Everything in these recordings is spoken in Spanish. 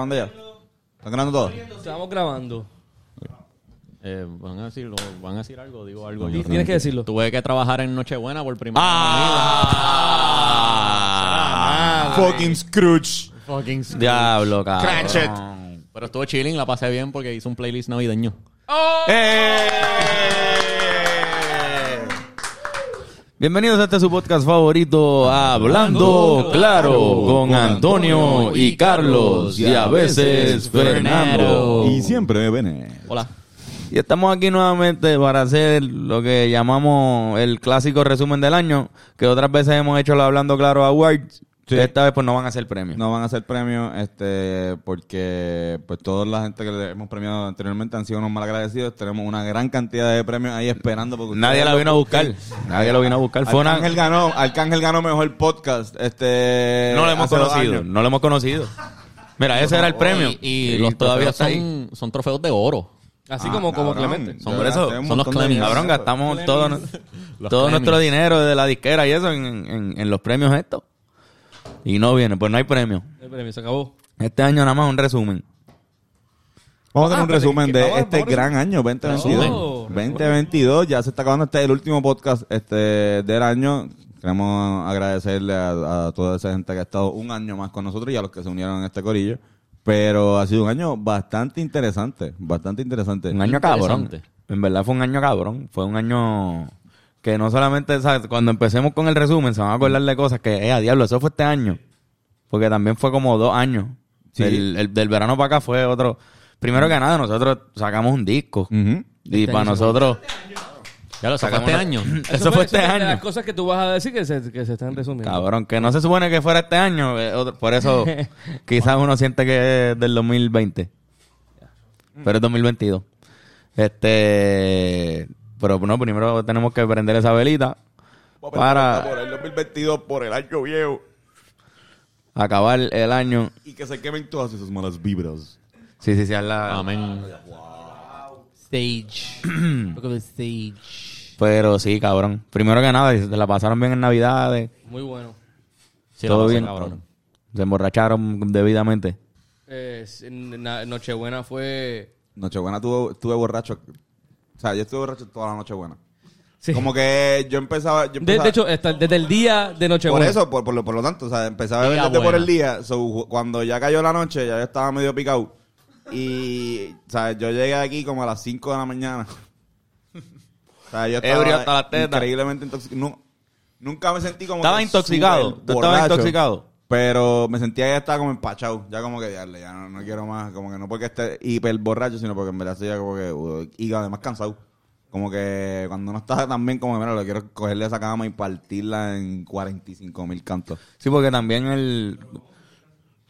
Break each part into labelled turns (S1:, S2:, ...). S1: grabando ya? ¿Están grabando todo?
S2: Estamos grabando.
S3: Eh, van, a decir, lo- van a decir algo, digo algo.
S2: Ti- Tienes que decirlo.
S3: Tuve que trabajar en Nochebuena por primera
S1: ¡Ah! Fucking Scrooge.
S3: vez. Fucking
S4: Diablo, Diablo, cabrón.
S1: Cratchit.
S3: Pero estuvo chilling, la pasé bien porque hice un playlist navideño.
S1: ¡Eh!
S4: Bienvenidos a este su podcast favorito, Hablando Claro, con Antonio y Carlos, y a veces Fernando.
S1: Y siempre viene.
S3: Hola.
S4: Y estamos aquí nuevamente para hacer lo que llamamos el clásico resumen del año, que otras veces hemos hecho el Hablando Claro Awards.
S1: Sí.
S4: Esta vez pues no van a ser premios.
S1: No van a ser premios, este, porque pues toda la gente que le hemos premiado anteriormente han sido unos malagradecidos. Tenemos una gran cantidad de premios ahí esperando. Porque
S4: Nadie la vino a buscar. Nadie lo vino a buscar. Fue una-
S1: Arcángel ganó, Arcángel ganó mejor podcast.
S3: Eh,
S1: Este,
S4: No lo hemos
S1: hace dos
S4: conocido.
S1: años.
S4: No lo hemos conocido. Mira, ese era el premio.
S3: Oh, Y, y los todavía
S4: está ahí.
S3: son, son trofeos de oro.
S2: Así
S1: Ah,
S2: como, como
S1: cabrón,
S2: Clemente.
S3: Son
S1: ya
S3: por eso,
S1: gasté un
S3: son los
S1: montón de
S3: Clemens.
S1: dinero.
S4: Cabrón, gastamos todo, no-
S3: Los
S4: todo
S3: Clemens.
S4: nuestro dinero de la disquera y eso en, en- en los premios estos. Y no viene, pues no hay premio.
S2: El premio se acabó.
S4: Este año nada más un resumen.
S1: Vamos a hacer
S2: Ah,
S1: un
S2: pero
S1: resumen
S2: es que
S1: de
S2: vamos a-
S1: este
S2: vamos a-
S1: gran año
S2: Oh.
S1: 2022. 2022, ya se está acabando este el último podcast este del año. Queremos agradecerle a, a toda esa gente que ha estado un año más con nosotros y a los que se unieron en este corillo. Pero ha sido un año bastante interesante, bastante interesante.
S4: Un año cabrón.
S3: Interesante.
S4: Este, En verdad fue un año cabrón. Fue un año que no solamente, ¿sabes? cuando empecemos con el resumen, se van a acordar de cosas que, eh, a diablo, eso fue este año. Porque también fue como dos años.
S1: Sí.
S4: Del, el- del verano para acá fue otro. Primero que nada, nosotros sacamos un disco.
S1: Ujú.
S4: Y para nosotros.
S3: Ya lo sacaste
S4: Sacamos-
S3: este año.
S4: Eso fue este
S2: es de
S4: año.
S2: Las cosas que tú vas a decir que se, que se están resumiendo.
S4: Cabrón, que no se supone que fuera este año. eh, otro- por eso quizás uno siente que es del 2020. Pero es 2022. Este. Pero no, primero tenemos que prender esa velita para
S1: el 2022, por el año viejo.
S4: acabar el año.
S1: Y que se quemen todas esas malas vibras.
S4: Sí, sí, sí, hazla.
S3: Amén.
S5: Sage. Look at the sage.
S4: Pero sí, cabrón. Primero que nada, se la pasaron bien en Navidades.
S2: Muy bueno.
S3: Sí, la
S4: todo
S3: pasé,
S4: bien.
S3: cabrón.
S4: Se emborracharon debidamente.
S2: Eh, s- en- na- Nochebuena fue.
S1: Nochebuena tuve, estuve borracho. O sea, yo estuve borracho toda la Nochebuena.
S2: Sí.
S1: Como que yo empezaba. Yo
S2: De,
S1: empezaba
S2: de hecho, hasta- desde el día
S1: Por
S2: de Nochebuena.
S1: eso, por, por, lo, por lo tanto, o sea, empecé a beber
S3: Día
S1: desde por
S3: buena.
S1: el día. So, ju- cuando ya cayó la noche, ya yo estaba medio picado. Y, o sea, yo llegué aquí como a las 5 de la mañana. O sea, yo estaba
S4: Ebrio hasta la teta.
S1: increíblemente intoxicado. nunca me sentí como
S4: Estaba
S1: que
S4: intoxicado.
S1: súper
S4: Tú estabas
S1: borracho,
S4: intoxicado.
S1: Pero me sentía que ya estaba como empachado. Ya como que, diarle, ya no, no quiero más. Como que no porque esté hiper borracho, sino porque en verdad estoy ya como que... uh, y además cansado. Como que cuando no estás tan bien, como que, mira, lo quiero cogerle esa cama y partirla en 45 mil cantos.
S4: Sí, porque también el...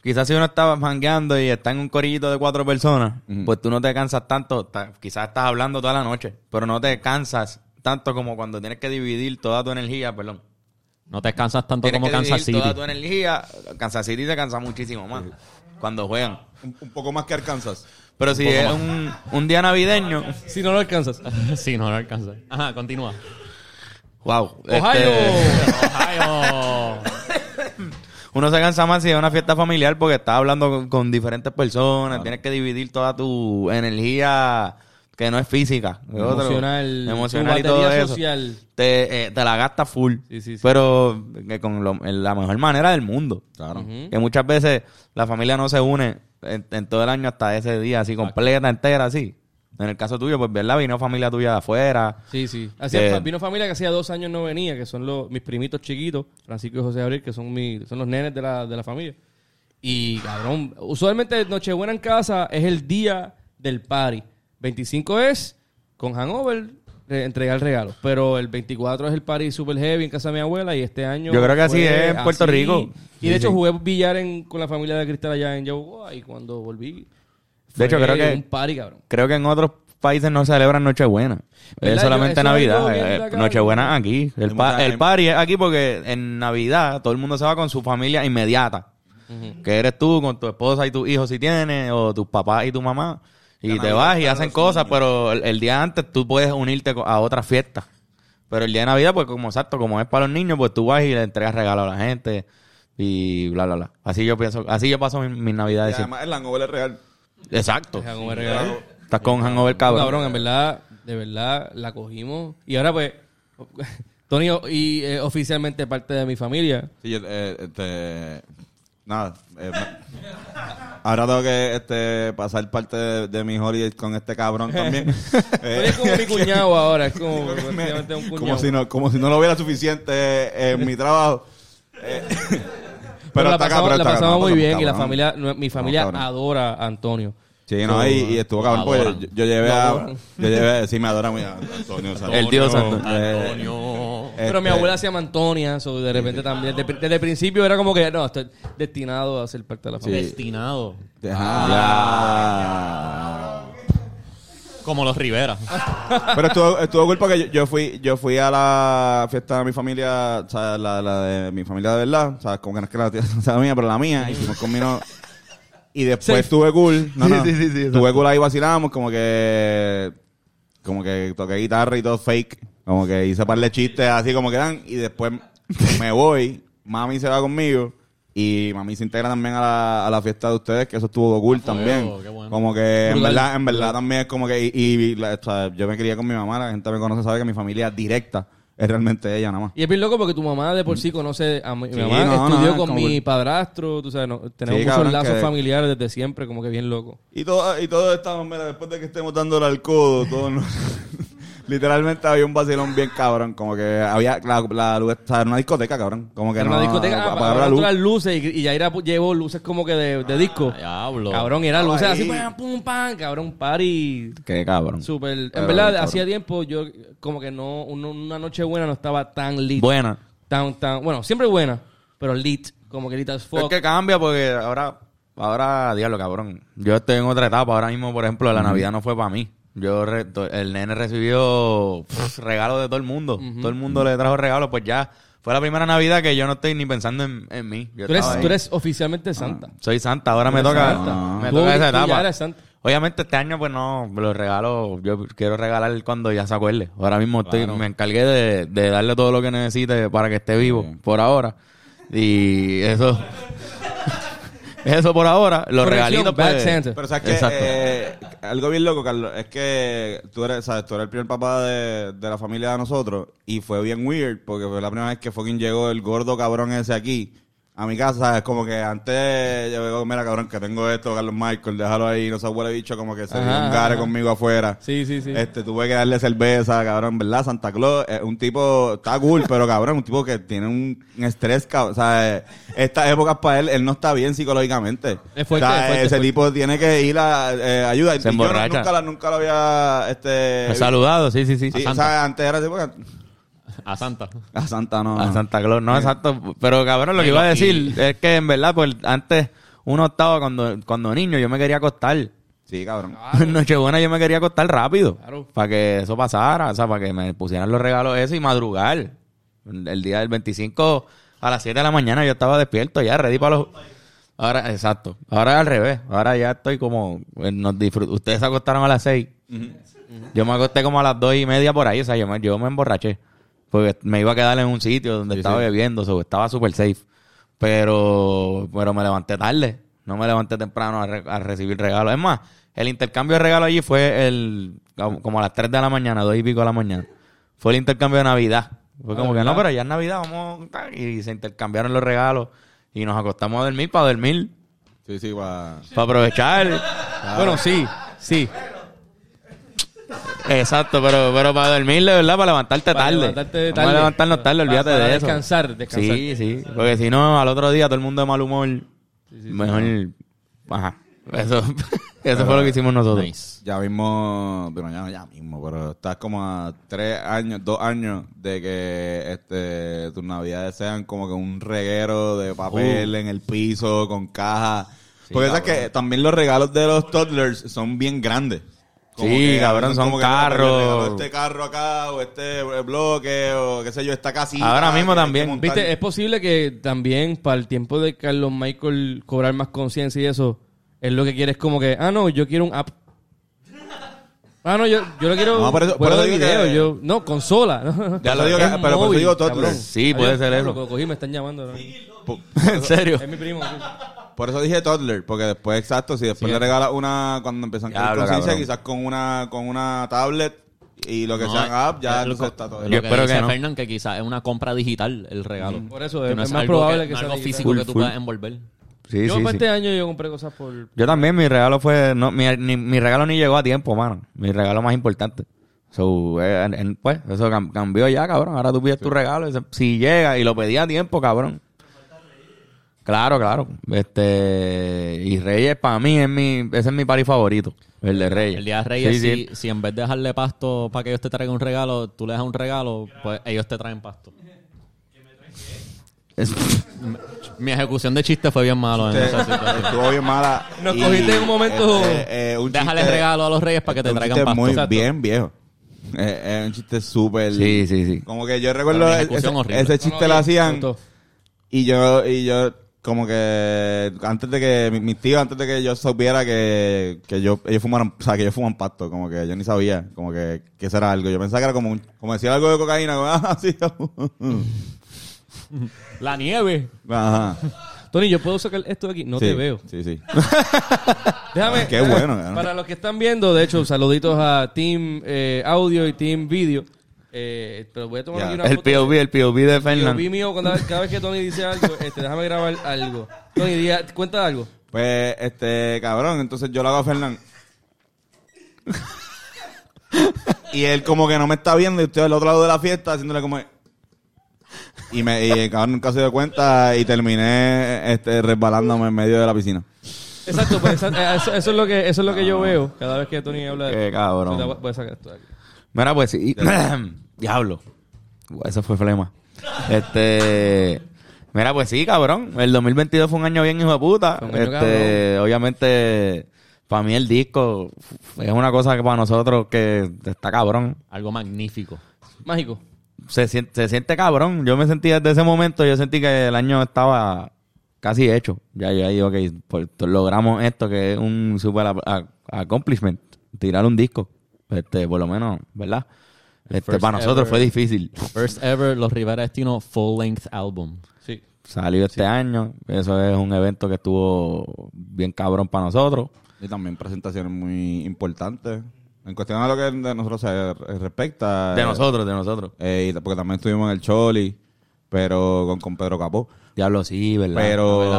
S4: Quizás si uno estaba mangueando y está en un corillito de cuatro personas, pues tú no te cansas tanto, ta- quizás estás hablando toda la noche, pero no te cansas tanto como cuando tienes que dividir toda tu energía, perdón.
S3: No te cansas tanto
S4: Tienes
S3: como
S4: que
S3: Kansas
S4: dividir
S3: City.
S4: toda tu energía, Kansas City te cansa muchísimo más cuando juegan.
S1: Un, un poco más que alcanzas.
S4: Pero si es un, un día navideño,
S2: Si no lo alcanzas.
S3: sí, no lo alcanzas. Ajá, continúa.
S4: wow, este,
S2: Ohio.
S3: Ohio.
S4: uno se cansa más si es una fiesta familiar porque estás hablando con, con diferentes personas, tienes que dividir toda tu energía que no es física, es otro-
S2: Emocional.
S4: emocional
S2: Tu
S4: y todo
S2: batería
S4: eso.
S2: social.
S4: Te, eh, te la gastas full,
S2: Sí, sí, sí.
S4: pero que con lo- en la mejor manera del mundo.
S1: Claro.
S4: Que muchas veces la familia no se une en, en todo el año hasta ese día, así completa, entera, así. En el caso tuyo, pues, ¿verdad? Vino familia tuya de afuera.
S2: Sí, sí. Hacía,
S4: Eh,
S2: vino familia que hacía dos años no venía, que son los, mis primitos chiquitos, Francisco y José Abril, que son, mi, son los nenes de la, de la familia. Y, cabrón, usualmente Nochebuena en casa es el día del party. 25 es con hangover, re- entregar regalos. Pero el 24 es el party super heavy en casa de mi abuela y este año...
S4: Yo creo que así
S2: fue
S4: es en Puerto Rico.
S2: Y de hecho jugué billar en- con la familia de Cristal allá en Yabucoa y cuando volví...
S4: De hecho,
S2: fue
S4: creo que-
S2: Un party, cabrón.
S4: Creo que en otros países no celebran Nochebuena.
S2: ¿Verdad?
S4: Es
S2: Yo-
S4: solamente
S2: eso es algo
S4: Navidad.
S2: bien de
S4: eh,
S2: acá.
S4: Nochebuena aquí. El,
S1: Hay
S4: pa-
S1: mucha
S4: el
S1: gente.
S4: party es aquí porque en Navidad todo el mundo se va con su familia inmediata. Que eres tú con tu esposa y tus hijos si tienes, o tus papás y tu mamá. Y
S1: La
S4: te
S1: Navidad
S4: vas y
S1: para
S4: hacen
S1: los
S4: cosas,
S1: niños.
S4: pero el, el día antes tú puedes unirte co- a otras fiestas. Pero el día de Navidad, pues como exacto, como es para los niños, pues tú vas y le entregas regalo a la gente. y bla, bla, bla. Así yo pienso, así yo paso mi- mis
S1: Y
S4: navidades. siempre.
S1: además el hangover es real.
S4: Exacto.
S2: Deja como regalo.
S4: Estás con hangover,
S1: Ah,
S4: cabrón.
S2: Cabrón, en verdad, de verdad, la cogimos. Y ahora, pues, Tony o- y eh, oficialmente parte de mi familia.
S1: Sí, yo, eh, este... Nada. eh, me- ahora tengo que este, pasar parte de, de mis holidays con este cabrón también.
S2: Tony
S1: Eh,
S2: es como mi cuñado ahora, es como
S1: me-
S2: prácticamente un cuñado.
S1: como, si no, como si no lo hubiera suficiente eh, en mi trabajo. Eh,
S2: pero, la
S1: está
S2: pasamos,
S1: cabrón,
S2: la
S1: está
S2: pasamos
S1: cabrón,
S2: muy bien y la
S1: cabrón.
S2: familia, no, mi familia
S1: cabrón.
S2: adora a Antonio.
S1: Sí, no, y, y estuvo cabrón. porque
S3: adoran.
S1: yo, yo llevé
S2: Lo
S1: a.
S2: adoran.
S1: Yo llevé. Sí, me adora muy a Antonio. Santos.
S4: El dios santo.
S3: Antonio.
S2: Pero mi
S1: Este,
S2: abuela se llama Antonia, so de repente también, de- desde, el principio era como que, no, estoy destinado a ser parte de la familia.
S3: Destinado.
S2: Ah.
S1: Ajá.
S3: Como los Rivera.
S1: Pero estuvo, estuvo cool porque yo, yo fui yo fui a la fiesta de mi familia, o sea, la, la de mi familia de verdad, o sea, como que no es que la tía sea mía, pero la mía, y fuimos con mi no- Y después estuve cool, no,
S4: Sí,
S1: no,
S4: sí, sí, sí,
S1: estuve cool ahí vacilamos, como que, como que toqué guitarra y todo fake, como que hice par de chistes así como quedan, y después me voy, mami se va conmigo, y mami se integra también a la, a la fiesta de ustedes, que eso estuvo
S4: Ah,
S1: cool
S4: pues,
S1: también.
S3: qué bueno.
S1: Como que en
S2: Brutal.
S1: verdad, Ah, en verdad también es como que. Y, y la- o sea, yo me crié con mi mamá, la gente me conoce, sabe que mi familia directa es realmente ella nada más.
S2: Y es bien loco porque tu mamá de por sí conoce a mi,
S1: Sí,
S2: mi mamá,
S1: no,
S2: estudió
S1: no,
S2: con
S1: como
S2: mi
S1: que-
S2: padrastro, tú sabes, no, tenemos
S1: Sí,
S2: muchos
S1: cabrón,
S2: lazos
S1: que-
S2: familiares desde siempre, como que bien loco.
S1: Y todo, y todo estamos, mira, después de que estemos dándole al codo, todo no- Literalmente había un vacilón bien cabrón, como que había la, la luz, o sea, era una discoteca, cabrón. Como que
S2: en
S1: no,
S2: una discoteca
S1: apagaron
S2: apagaron
S1: ah, la luz.
S2: las luces y, y Yaira pu- llevó luces como que de, de disco.
S3: Diablo.
S2: Cabrón, y era luces
S1: Ah, Ahí.
S2: así, pam, pum, pam, cabrón, un party
S1: Qué cabrón.
S2: súper... En
S1: Cabrón,
S2: verdad,
S1: cabrón.
S2: hacía tiempo yo como que no, un- una noche buena no estaba tan lit.
S4: Buena.
S2: Tan, tan, bueno, siempre buena, pero lit, como que lit as
S4: Es
S2: fuck.
S4: que cambia porque ahora, ahora, diablo, cabrón. Yo estoy en otra etapa. Ahora mismo, por ejemplo, la Navidad no fue para mí. Yo, re- to- el nene recibió pff, regalos de todo el mundo. Todo el mundo le trajo regalos. Pues ya, fue la primera Navidad que yo no estoy ni pensando en, en mí. Yo
S2: tú, eres,
S4: estaba ahí.
S2: tú eres oficialmente santa.
S1: Ah.
S4: Soy santa, ahora me
S2: eres
S4: toca,
S2: santa.
S4: me
S2: Tú-
S4: toca esa
S2: tú ya
S4: etapa.
S2: eres santa.
S4: Obviamente este año pues no, los regalos, yo quiero regalar cuando ya se acuerde. Ahora mismo estoy, me encargué de, de darle todo lo que necesite para que esté vivo, por ahora. Y eso, eso por ahora, los
S2: Corrección,
S4: regalitos
S2: Bad
S4: pues,
S2: Santa.
S1: Pero sabes que
S4: Exacto.
S1: eh, algo bien loco, Carlos, es que tú eres, sabes, tú eres el primer papá de, de la familia de nosotros y fue bien weird porque fue la primera vez que fucking llegó el gordo cabrón ese aquí a mi casa, ¿sabes? Como que antes yo digo, mira cabrón, que tengo esto, Carlos Michael, déjalo ahí, no se huele bicho, como que se dio
S2: Ajá,
S1: un gare
S2: ajá.
S1: conmigo afuera.
S2: Sí, sí, sí.
S1: Este, tuve que darle cerveza, cabrón, ¿verdad? Santa Claus es un tipo, está cool, pero cabrón, un tipo que tiene un un estrés, cabrón. O sea, eh, estas épocas para él, él no está bien psicológicamente.
S2: Es fuerte,
S1: O sea,
S2: es fuerte,
S1: ese
S2: es fuerte.
S1: tipo tiene que ir a eh, ayuda. Y
S4: Se
S1: yo no-
S4: emborracha.
S1: nunca, la- nunca lo había, este...
S4: Saludado, sí, sí, sí.
S1: Sí,
S3: a
S1: o
S3: Santa.
S1: sea, antes era así, porque
S3: A Santa.
S1: a Santa no.
S4: A
S1: no.
S2: Ah.
S4: Santa Claus, no, exacto. Pero cabrón, lo que iba a decir es que en verdad, pues antes uno estaba cuando, cuando niño, yo me quería acostar.
S1: Sí, cabrón.
S4: En Nochebuena yo me quería acostar rápido.
S2: Claro.
S4: Para que eso pasara, o sea, para que me pusieran los regalos eso y madrugar. El día del 25 a las 7 de la mañana yo estaba despierto ya, ready para los... Ahora, exacto. Ahora es al revés. Ahora ya estoy como... eh, Nos disfrut- Ustedes se acostaron a las 6. Yo me acosté como a las 2 y media por ahí. O sea, yo me, yo me emborraché. Porque me iba a quedar en un sitio donde estaba bebiendo. o sea, estaba súper safe. Pero, pero me levanté tarde. No me levanté temprano a, re- a recibir regalos. Es más, el intercambio de regalos allí fue el como como a las 3 de la mañana, 2 y pico de la mañana. Fue el intercambio de Navidad. Fue como que no, pero ya es Navidad, vamos. tal, Y se intercambiaron los regalos. Y nos acostamos a dormir para dormir,
S1: Sí, sí, va.
S4: para aprovechar.
S2: Bueno, sí, sí.
S4: Exacto, pero, pero para dormir, de verdad, para levantarte
S2: Para
S4: tarde.
S2: levantarte
S4: Vamos
S2: tarde.
S4: a levantarnos tarde,
S2: Para-
S4: olvídate
S2: para
S4: de eso.
S2: descansar, descansar.
S4: Sí, sí. Porque si no, al otro día todo el mundo de mal humor. mejor. Ajá. Eso, eso fue lo que hicimos nosotros.
S1: Ya mismo, bueno, ya, ya mismo, pero estás como a tres años, dos años de que este, tus navidades sean como que un reguero de
S4: Uh.
S1: papel en el piso, con cajas. Porque sabes que también los regalos de los toddlers son bien grandes.
S4: Sí,
S1: que
S4: cabrón,
S1: a veces
S4: son
S1: como que, mira, te
S4: carros.
S1: regalo Este carro acá, o este bloque, o qué sé yo, esta casita. este
S4: Ahora mismo
S1: que hay que
S4: también.
S1: montar.
S2: Viste, es posible que también para el tiempo de Carlos Michael cobrar más conciencia y eso, él lo que quiere es como que, ah, no, yo quiero un app. Ah, no, yo, yo lo quiero
S1: No, por eso- por
S2: juego
S1: eso
S2: de
S1: digo
S2: video,
S1: que-
S2: yo, no, consola.
S1: Ya lo digo que-
S2: Es
S1: pero por eso digo toddler.
S2: cabrón.
S4: Sí, puede ser eso.
S2: Lo cogí, me están llamando. ahora mismo.
S4: Pero
S1: po-
S4: en serio.
S2: Es mi primo. sí.
S1: Por eso dije toddler, porque después, exacto, si después le regalas una, cuando empiezan con
S4: Diablo,
S1: conciencia,
S4: cabrón.
S1: quizás con una, con una tablet y lo que
S3: No,
S1: sea app, ya
S3: es lo
S1: entonces
S3: que-
S1: está todo.
S3: Lo
S4: Yo
S3: que
S4: espero
S3: dice
S4: que no.
S3: Fernan, que quizás es una compra digital el regalo.
S2: Por eso es-
S3: Que no
S2: es más
S3: algo
S2: probable que
S3: no es
S2: sea
S3: algo
S2: digital.
S3: físico que tú
S4: Full,
S3: puedas envolver.
S4: Sí,
S2: yo
S4: sí,
S2: para
S4: sí.
S2: este año yo compré cosas por...
S4: Yo también, mi regalo fue. No, mi, ni- mi regalo ni llegó a tiempo, mano. Mi regalo más importante. So, eh, en- en- pues, eso cam- cambió ya, cabrón. Ahora tú pides tu regalo. y se- Si llega y lo pedí a tiempo, cabrón. Claro, claro. Este. Y Reyes, para mí, es mi, ese es mi party favorito. El de Reyes.
S3: El día de Reyes,
S4: Sí, sí.
S3: si, si en vez de dejarle pasto para que ellos te traigan un regalo, tú le dejas un regalo, pues ellos te traen pasto.
S4: Es-
S3: Mi ejecución de chiste fue bien malo. en
S1: Este-
S3: esa situación.
S1: Estuvo bien mala.
S2: Nos
S1: y,
S2: cogiste en un momento-
S1: este, eh, un
S3: Déjale
S1: chiste-
S3: regalo a los reyes para que te
S1: un
S3: traigan
S1: chiste
S3: pasto.
S1: muy
S3: Exacto.
S1: bien viejo. Eh, Es un chiste súper.
S4: Sí, sí, sí.
S1: Como que yo recuerdo
S3: Una
S1: ese,
S3: ejecución horrible.
S1: ese
S2: No,
S1: chiste
S2: no,
S1: lo
S2: yo-
S1: hacían
S2: Todo.
S1: y yo y yo como que antes de que mi- mis tíos antes de que yo supiera que, que yo ellos fumaran, o sea, que ellos fuman pasto, como que yo ni sabía, como que que eso era algo. Yo pensaba que era como un, como decir algo de cocaína, como, ah, sí.
S3: La nieve.
S1: Ajá.
S2: Tony, yo puedo sacar esto de aquí. No
S1: Sí,
S2: te veo.
S1: Sí, sí.
S2: Déjame.
S1: Qué bueno, cabrón.
S2: Para los que están viendo, de hecho, saluditos a Team eh, Audio y Team Video. Eh, pero voy a tomar
S1: Ya,
S2: aquí una
S4: el
S2: foto.
S4: POV, el POV de
S2: Yo
S4: Fernan.
S2: vi mío cuando- cada vez que Tony dice algo, este, déjame grabar algo. Tony, diga- cuenta algo.
S1: Pues este cabrón, entonces yo lo hago a Fernán. y él como que no me está viendo y estoy al otro lado de la fiesta haciéndole como y me y el cabrón nunca se dio cuenta y terminé este resbalándome en medio de la piscina.
S2: Exacto, pues, esa- eh, eso, eso es lo que eso es lo que yo veo cada vez que Tony habla. de-
S4: Qué cabrón.
S2: Voy a- Voy a sacar esto de aquí.
S4: Mira, pues sí. Diablo. Eso fue flema. Este. Mira, pues sí, cabrón. El 2022 fue un año bien hijo de puta.
S2: Fue un año
S4: Este, obviamente, para mí el disco es una cosa que para nosotros que está cabrón.
S3: Algo magnífico.
S2: Mágico.
S4: Se siente, se siente cabrón. Yo me sentí desde ese momento, yo sentí que el año estaba casi hecho. Ya, ya, yo, ok, pues, logramos esto que es un super a- a- accomplishment. Tirar un disco. Este, por lo menos, ¿verdad? Este,
S3: First
S4: para nosotros
S3: ever.
S4: fue difícil.
S3: First ever Los Rivera Destino Full Length Album.
S2: Sí.
S4: Salió este año. Eso es un evento que estuvo bien cabrón para nosotros.
S1: Y también presentaciones muy importantes en cuestión a lo que de nosotros se respecta.
S4: De
S1: eh,
S4: nosotros, de nosotros.
S1: eh, y porque también estuvimos en el Choli, pero con, con Pedro Capó.
S4: Diablo, sí, ¿verdad?
S3: ¿verdad?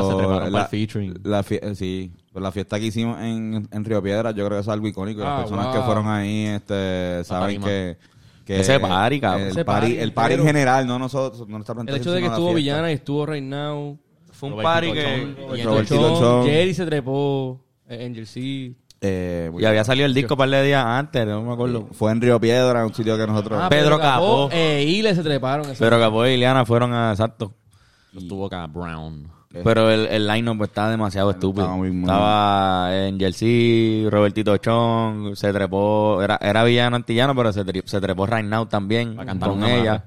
S3: Se
S1: Pero
S3: prepararon para el featuring.
S1: la fie- eh, sí, Pero la fiesta que hicimos en, en Río Piedra, yo creo que es algo icónico.
S2: Ah,
S1: Las personas
S2: wow.
S1: que fueron ahí este, saben
S3: tarima.
S1: que, que
S4: Ese party, cabrón.
S1: El
S2: Ese
S1: party,
S2: party
S1: el party en
S2: entero.
S1: general, no nosotros. No nuestra
S2: El hecho
S1: presentación,
S2: de que
S1: sino la
S2: estuvo
S1: fiesta.
S2: Villana y estuvo Right Now.
S4: fue
S3: un
S4: un
S3: party
S4: party
S3: que-
S4: que...
S1: Roberto
S2: Robertito
S1: Lechón.
S2: Jerry se trepó. eh, Angel C.
S1: Eh, muy
S4: Y había salido el disco un par de días antes, no me acuerdo.
S1: bien. Fue en Río Piedra, un sitio que nosotros.
S2: Ah,
S4: Pedro Capó.
S2: Eh, Ile se treparon. ese-
S4: Pero Capó y Ileana fueron a exacto.
S3: Estuvo acá Brown.
S4: Pero el, el line-up estaba demasiado estúpido.
S1: estaba
S4: Estaba,
S1: muy mal.
S4: en Jersey, Robertito Chong, se trepó, era, era villano antillano, pero se, tri- se trepó Right Now también
S3: Para cantar
S4: con
S3: una
S4: ella.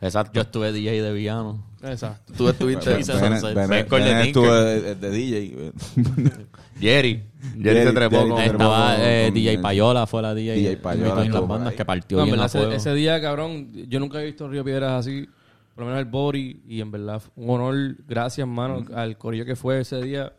S4: Exacto.
S3: Yo estuve DJ de Villano.
S2: Exacto.
S4: tú
S1: Ben-
S3: hizo
S1: Ben-
S3: sunset.
S1: Ben-
S4: Ben Corlett
S1: Ben
S4: Tinker.
S1: estuvo de, de- de DJ.
S4: Jerry. Jerry. se trepó
S1: Jerry
S4: con...
S1: se trepó
S3: Estaba
S1: con-
S3: eh,
S1: con-
S3: DJ Payola, fue la DJ.
S1: DJ Payola
S3: invitó en
S1: estuvo
S3: las
S1: por
S3: bandas
S1: ahí.
S3: que partió
S2: No, en
S3: bien
S2: verdad,
S3: a fuego.
S2: ese, ese día, cabrón, yo nunca he visto Río Piedras así. Por lo menos el body. Y en verdad, un honor. Gracias, mano, al corillo que fue ese día.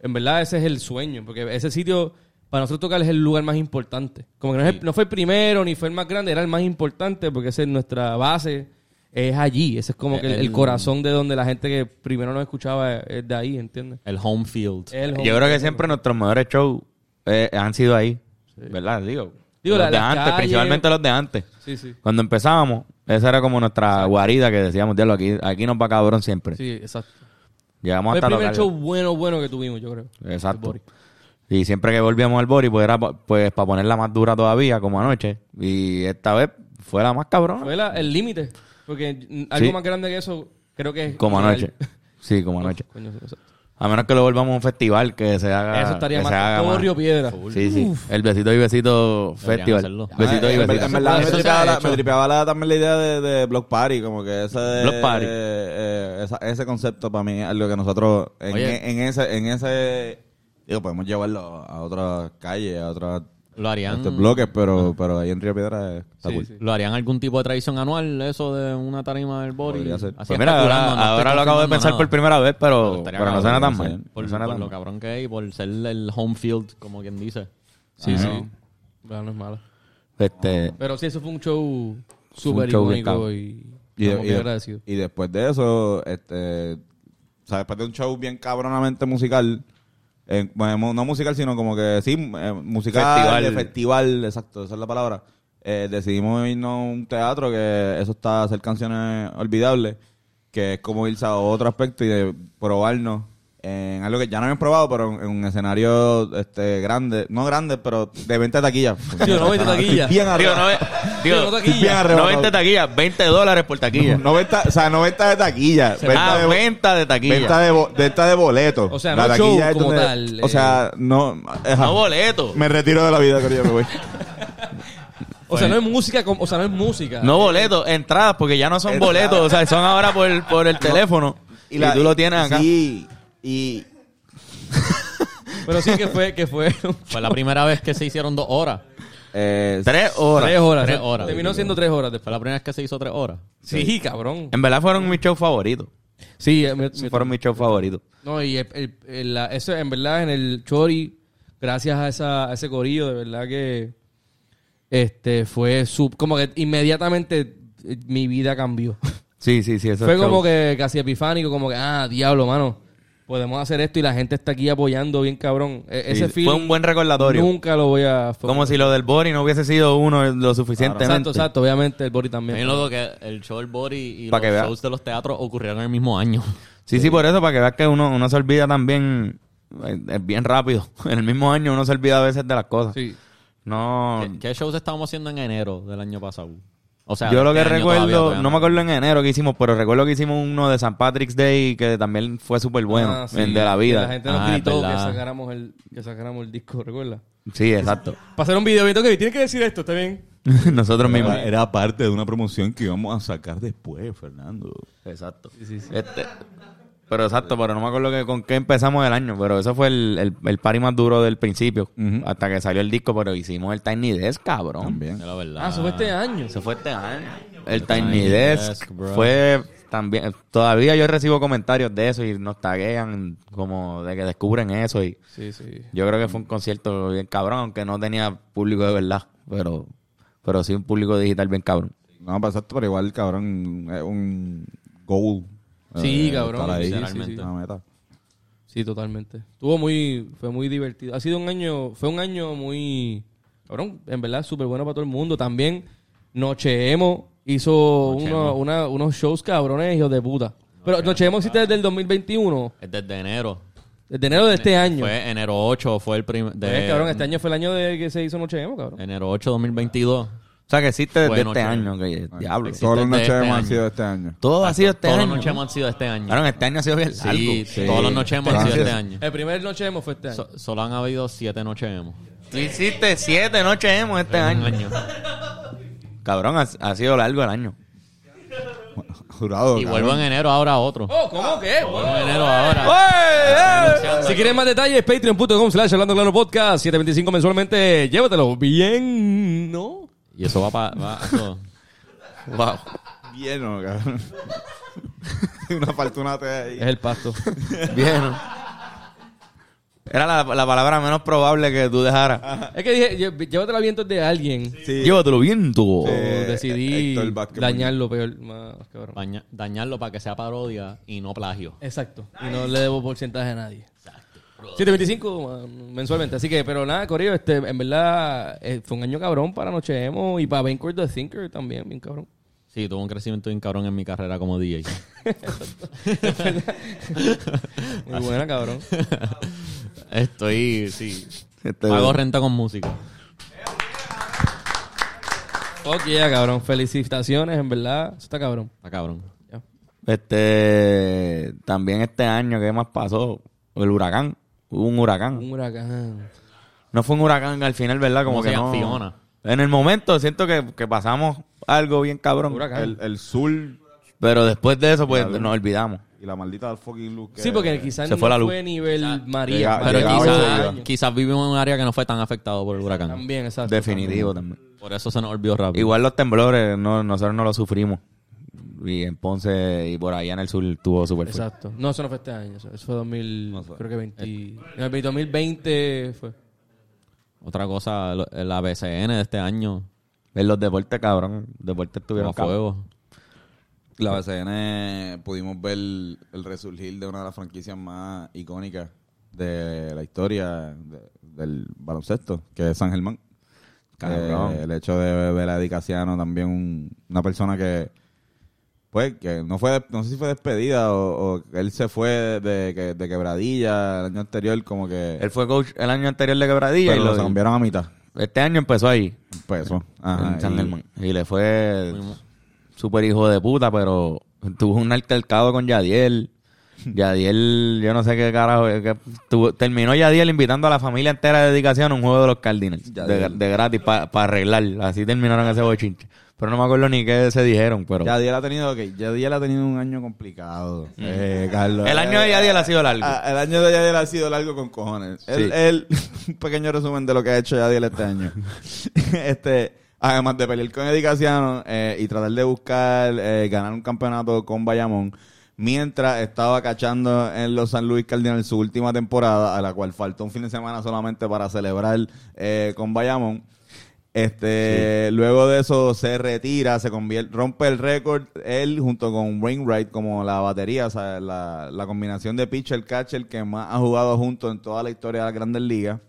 S2: En verdad, ese es el sueño. Porque ese sitio, para nosotros tocar, es el lugar más importante. Como que no, es el- no fue el primero ni fue el más grande, era el más importante porque esa es nuestra base. Es allí. Ese es como que el, el
S3: El-
S2: corazón de donde la gente que primero nos escuchaba es de ahí, ¿entiendes?
S3: El home field.
S2: Es el home-
S4: Yo creo que siempre nuestros mejores shows eh, han sido ahí. ¿Verdad? Digo,
S2: Digo,
S4: los
S2: la-
S4: de
S2: las
S4: antes,
S2: calles-
S4: principalmente los de antes.
S2: Sí, sí.
S4: Cuando empezábamos, esa era como nuestra guarida que decíamos, diablo, aquí, aquí nos va cabrón siempre.
S2: Sí, exacto.
S4: Llegamos
S2: Fue el
S4: hasta
S2: primer
S4: tocar-
S2: show bueno, bueno que tuvimos, yo creo.
S4: Exacto.
S2: El Bori.
S4: Y siempre que volvíamos al Bori, pues era pa- pues, para ponerla más dura todavía, como anoche. Y esta vez fue la más cabrona.
S2: Fue la- el límite. Porque mm, algo
S4: Sí.
S2: más grande que eso, creo que es.
S4: Como
S2: ideal.
S4: anoche. Sí, como anoche.
S2: Coño, eso-
S4: A menos que lo volvamos a un festival que se haga.
S2: eso estaría
S4: Ah, que
S2: más.
S4: se haga
S2: Todo
S4: más.
S2: Río Piedra.
S4: Sí, sí. El besito y besito
S3: hacerlo.
S4: festival. Besito
S1: Ah,
S4: y
S1: en
S4: besito.
S1: verdad- en verdad me
S2: Eso se ha
S1: tripeaba la-
S2: hecho.
S1: me tripeaba la- también la idea de, de Block Party, como que ese de-
S4: Block Party.
S1: eh, eh, esa- ese concepto para mí es algo que nosotros en,
S3: Oye.
S1: en ese en ese digo podemos llevarlo a otras calles, a otras
S3: Lo harían.
S1: estos bloques, pero, pero ahí en Río Piedra está
S2: Sí,
S1: cool.
S2: sí.
S3: Lo harían algún tipo de tradición anual, eso de una tarima del body.
S1: Podría ser.
S3: Así
S4: Pues mira,
S3: especulando,
S4: ahora,
S3: no estoy
S4: ahora lo acabo de
S3: confirmando
S4: pensar
S3: nada.
S4: por primera vez, pero,
S3: Estaría
S4: pero no suena tan
S3: cabrón,
S4: mal.
S3: Por,
S4: No suena
S3: por
S4: tan
S3: lo
S4: mal.
S3: cabrón que es y por ser el home field, como quien dice.
S2: Sí,
S4: Ajá.
S2: sí. Bueno, no es malo.
S4: Este,
S2: Pero sí, eso fue un show súper
S4: show bien
S2: icónico
S4: cabrón.
S2: y
S1: Y, de-
S2: estamos
S1: y
S2: bien
S1: de-
S2: agradecidos.
S1: y después de eso, este, o sea, después de un show bien cabronamente musical, eh, bueno, no musical, sino como que sí, eh, musical,
S4: Festival.
S1: de festival, exacto, esa es la palabra. Eh, decidimos irnos a un teatro que eso está hacer canciones olvidables, que es como irse a otro aspecto y de probarnos en algo que ya no habían probado, pero en, en un escenario este grande, no grande, pero de 20 taquillas.
S2: Tío, no 20
S1: Estoy
S2: taquillas.
S1: Bien
S4: Digo,
S1: arriba.
S4: no ve- digo,
S2: no taquilla.
S4: no 20 taquillas, 20 dólares por taquilla.
S1: 90, o sea, 90 de taquilla.
S4: ah,
S1: venta de bo-
S4: venta de taquilla.
S1: Venta de, bo- venta de boleto.
S2: O sea, no
S1: taquilla
S2: show
S1: es
S2: como tal, eh.
S1: O sea, no. ajá.
S4: No boleto.
S1: me retiro de la vida, Corillo, me voy.
S2: O sea, no es música, como- o sea, no es música.
S4: No boleto, entradas, porque ya no son
S1: Entradas.
S4: boletos, o sea, son ahora por, por el teléfono. Y,
S1: la-
S4: tú lo tienes acá.
S1: Sí. Y.
S2: Pero sí que fue, que fue un
S3: Fue la primera vez que se hicieron dos horas.
S1: eh,
S4: Tres horas.
S2: Tres horas.
S3: Tres
S2: O sea,
S3: horas.
S2: Terminó siendo tres horas
S3: Fue
S2: después.
S3: la primera vez que se hizo tres horas.
S2: Sí, cabrón.
S4: En verdad fueron mis shows favoritos.
S2: Sí, eh, me- me-
S4: Fueron mis shows favoritos.
S2: no, y el- el- el- la- eso, en verdad, en el Chori, gracias a, esa, a ese corillo, de verdad que este fue su, como que inmediatamente eh, mi vida cambió.
S4: Sí, sí, sí. esos
S2: Fue como
S4: shows.
S2: que casi epifánico, como que, ah, diablo, mano. Podemos hacer esto y la gente está aquí apoyando bien cabrón. E-
S4: Sí,
S2: ese film
S4: Fue un buen recordatorio.
S2: nunca lo voy a...
S4: Como si lo del Bori no hubiese sido uno lo suficientemente.
S2: Exacto, exacto. Obviamente el Bori
S3: A mí
S2: también.
S3: me loco que el show del body y
S4: Pa'
S3: los
S4: que vea.
S3: shows de los teatros ocurrieron el mismo año.
S4: Sí, sí, por eso, para que veas que uno, uno se olvida también eh, eh, bien rápido. En el mismo año uno se olvida a veces de las cosas.
S2: Sí. Eh,
S4: No,
S3: ¿Qué, qué shows estábamos haciendo en enero del año pasado? O sea,
S4: yo lo
S3: de
S4: que
S3: este año
S4: recuerdo,
S3: todavía, todavía
S4: no me acuerdo en enero que hicimos, pero recuerdo que hicimos uno de San Patrick's Day que también fue súper bueno,
S2: Ah, sí,
S4: el de la
S2: que
S4: vida.
S2: La gente nos
S3: Ah, es
S2: gritó que
S3: verdad.
S2: sacáramos, el, que sacáramos el disco, ¿recuerdas?
S4: Sí, exacto.
S2: Para hacer un video, viendo que tienes que decir esto, ¿está bien?
S4: Nosotros mismos.
S1: Era, era parte de una promoción que íbamos a sacar después, Fernando.
S4: Exacto.
S2: sí, sí.
S4: Este, pero exacto, pero no me acuerdo que, con qué empezamos el año, pero eso fue el, el, el party más duro del principio, hasta que salió el disco, pero hicimos el Tiny Desk, cabrón.
S1: También.
S3: La verdad.
S2: Ah, eso fue este año.
S4: Se fue este año. El
S3: Tiny
S4: Tiny Desk,
S3: Desk, bro.
S4: fue también. Todavía yo recibo comentarios de eso y nos taguean como de que descubren eso. Y
S2: Sí, sí.
S4: yo creo que fue un concierto bien cabrón, aunque no tenía público de verdad, pero, pero sí un público digital bien cabrón.
S1: No, pero exacto, pero igual, cabrón, es un goal. eh,
S2: Sí, cabrón,
S1: estar ahí,
S2: literalmente.
S1: una meta.
S2: Sí, totalmente. Estuvo muy, fue muy divertido. Ha sido un año, fue un año muy, cabrón, en verdad, súper bueno para todo el mundo. También Nocheemo hizo
S3: Noche
S2: uno-
S3: Emo.
S2: una- unos shows cabrones, hijos de puta. Pero Nocheemo existe desde el 2021,
S3: Es desde enero.
S2: desde enero de este año.
S3: Fue enero 8, fue el primer... Eh.
S2: Pues, cabrón, este año fue el año de que se hizo Nocheemo, cabrón.
S3: Enero 8, 2022.
S4: O sea que existe desde
S3: Bueno,
S4: este
S3: che.
S4: año, que diablo.
S3: Existe
S1: Todas las
S3: desde
S1: noches
S3: este
S1: hemos
S3: año.
S1: sido este año.
S4: Todo ha sido este
S3: Todas
S4: año.
S3: las noches hemos sido este año.
S4: Claro, este año ha sido bien largo.
S3: sí,
S1: sí.
S3: todas las noches hemos sido
S1: Gracias.
S3: este año.
S2: El primer Nocheemo fue este año.
S3: So- solo han habido siete noches hemos.
S4: Tú hiciste siete noches hemos este año. Cabrón, ha, ha sido largo el año.
S1: Jurado. Oh,
S3: Y
S1: cabrón.
S3: vuelvo en enero ahora a otro.
S2: Oh, ¿cómo que?
S3: Vuelvo en Ah, enero
S4: Oh.
S3: ahora.
S2: Si quieren más detalles, patreon.com slash hablando claro podcast, 725 mensualmente, llévatelo bien, ¿no?
S3: Y eso va para...
S4: Wow.
S1: Lleno, cabrón. una fortuna te ahí.
S2: Es el pasto.
S4: Bien. Era la, la palabra menos probable que tú dejaras.
S2: es que dije, lle- llévatelo a vientos de alguien.
S1: Sí.
S4: Llévatelo viento.
S2: O
S1: Eh,
S2: decidí
S1: Héctor Vázquez
S2: dañarlo peor, más cabrón.
S3: dañarlo para que sea parodia y no plagio.
S2: Exacto. Y no le debo porcentaje a nadie. Exacto. 725 mensualmente. Así que, pero nada, Corillo, este, en verdad eh, fue un año cabrón para Nocheemo y para Banquet the Thinker también, bien cabrón.
S3: Sí, tuvo un crecimiento bien cabrón en mi carrera como DJ.
S2: Muy buena, cabrón.
S3: Estoy, sí.
S1: Este-
S3: Pago renta con música.
S2: Fuck yeah, cabrón. Felicitaciones, en verdad. Eso está cabrón.
S3: Está cabrón.
S2: Ya.
S4: Este. También este año, ¿qué más pasó? El huracán. Hubo un huracán.
S2: Un huracán.
S4: No fue un huracán al final, ¿verdad? Como
S3: ¿Cómo
S4: que
S3: se
S4: no.
S3: llama? Fiona.
S4: En el momento siento que, que pasamos algo bien cabrón.
S2: Huracán.
S1: El, el sur
S4: Pero después de eso, pues nos olvidamos.
S1: Y la maldita fucking luz. que-
S2: Sí, porque quizás
S4: se
S2: no
S4: fue la luz.
S2: fue nivel María.
S1: llega-
S3: Pero
S4: Ah,
S1: Llegaba y se
S3: quizás
S1: iba.
S3: quizás vivimos en un área que no fue tan afectado por el huracán.
S2: También, exacto.
S4: Definitivo también.
S3: Por eso se nos olvidó rápido.
S4: Igual los temblores, no, nosotros no los sufrimos. Y en Ponce y por allá en el sur tuvo súper fuerte.
S2: Exacto. No, eso no fue este año. Eso, eso fue 2000,
S1: fue.
S2: creo que 20...
S4: Eh.
S2: No, 2020 fue.
S3: Otra cosa, lo- eh, la BCN de este año,
S4: En los deportes, cabrón. Deportes
S3: como
S4: tuvieron fuego.
S3: fuego.
S1: La BCN pudimos ver el resurgir de una de las franquicias más icónicas de la historia de- del baloncesto, que es San Germán.
S4: Cabrón.
S1: Eh, el hecho de ver a Di Casiano también un- una persona que pues que no fue no sé si fue despedida o, o él se fue de, de- de quebradilla el año anterior como que
S4: Él fue coach el año anterior de Quebradilla
S1: pero
S4: y
S1: lo
S4: lo-
S1: cambiaron a mitad
S4: este año empezó ahí.
S1: peso Ajá,
S4: en San
S1: y-
S4: Germán. Y le fue súper hijo de puta, pero tuvo un altercado con Yadiel. Yadiel, yo no sé qué carajo. eh, que tuvo- terminó Yadiel invitando a la familia entera de dedicación a un juego de los Cardinals. De,
S1: Yadiel.
S4: de gratis, para arreglar. Así terminaron ese bochinche. Pero no me acuerdo ni qué se dijeron, pero...
S1: Yadiel ha tenido que Yadiel ha tenido un año complicado eh, Carlos
S4: Mm. El año de Yadiel ha sido largo.
S1: Ah, el año de Yadiel ha sido largo con cojones. El, el- un pequeño resumen de lo que ha hecho Yadiel este año. este, además de pelear con Eddie Casiano eh, y tratar de buscar eh, ganar un campeonato con Bayamón, mientras estaba cachando en los San Luis Cardinals su última temporada, a la cual faltó un fin de semana solamente para celebrar eh, con Bayamón. Este, luego de eso se retira, se convierte, rompe el récord él junto con Wainwright como la batería, o sea, la, la combinación de pitcher catcher que más ha jugado junto en toda la historia de las Grandes Ligas.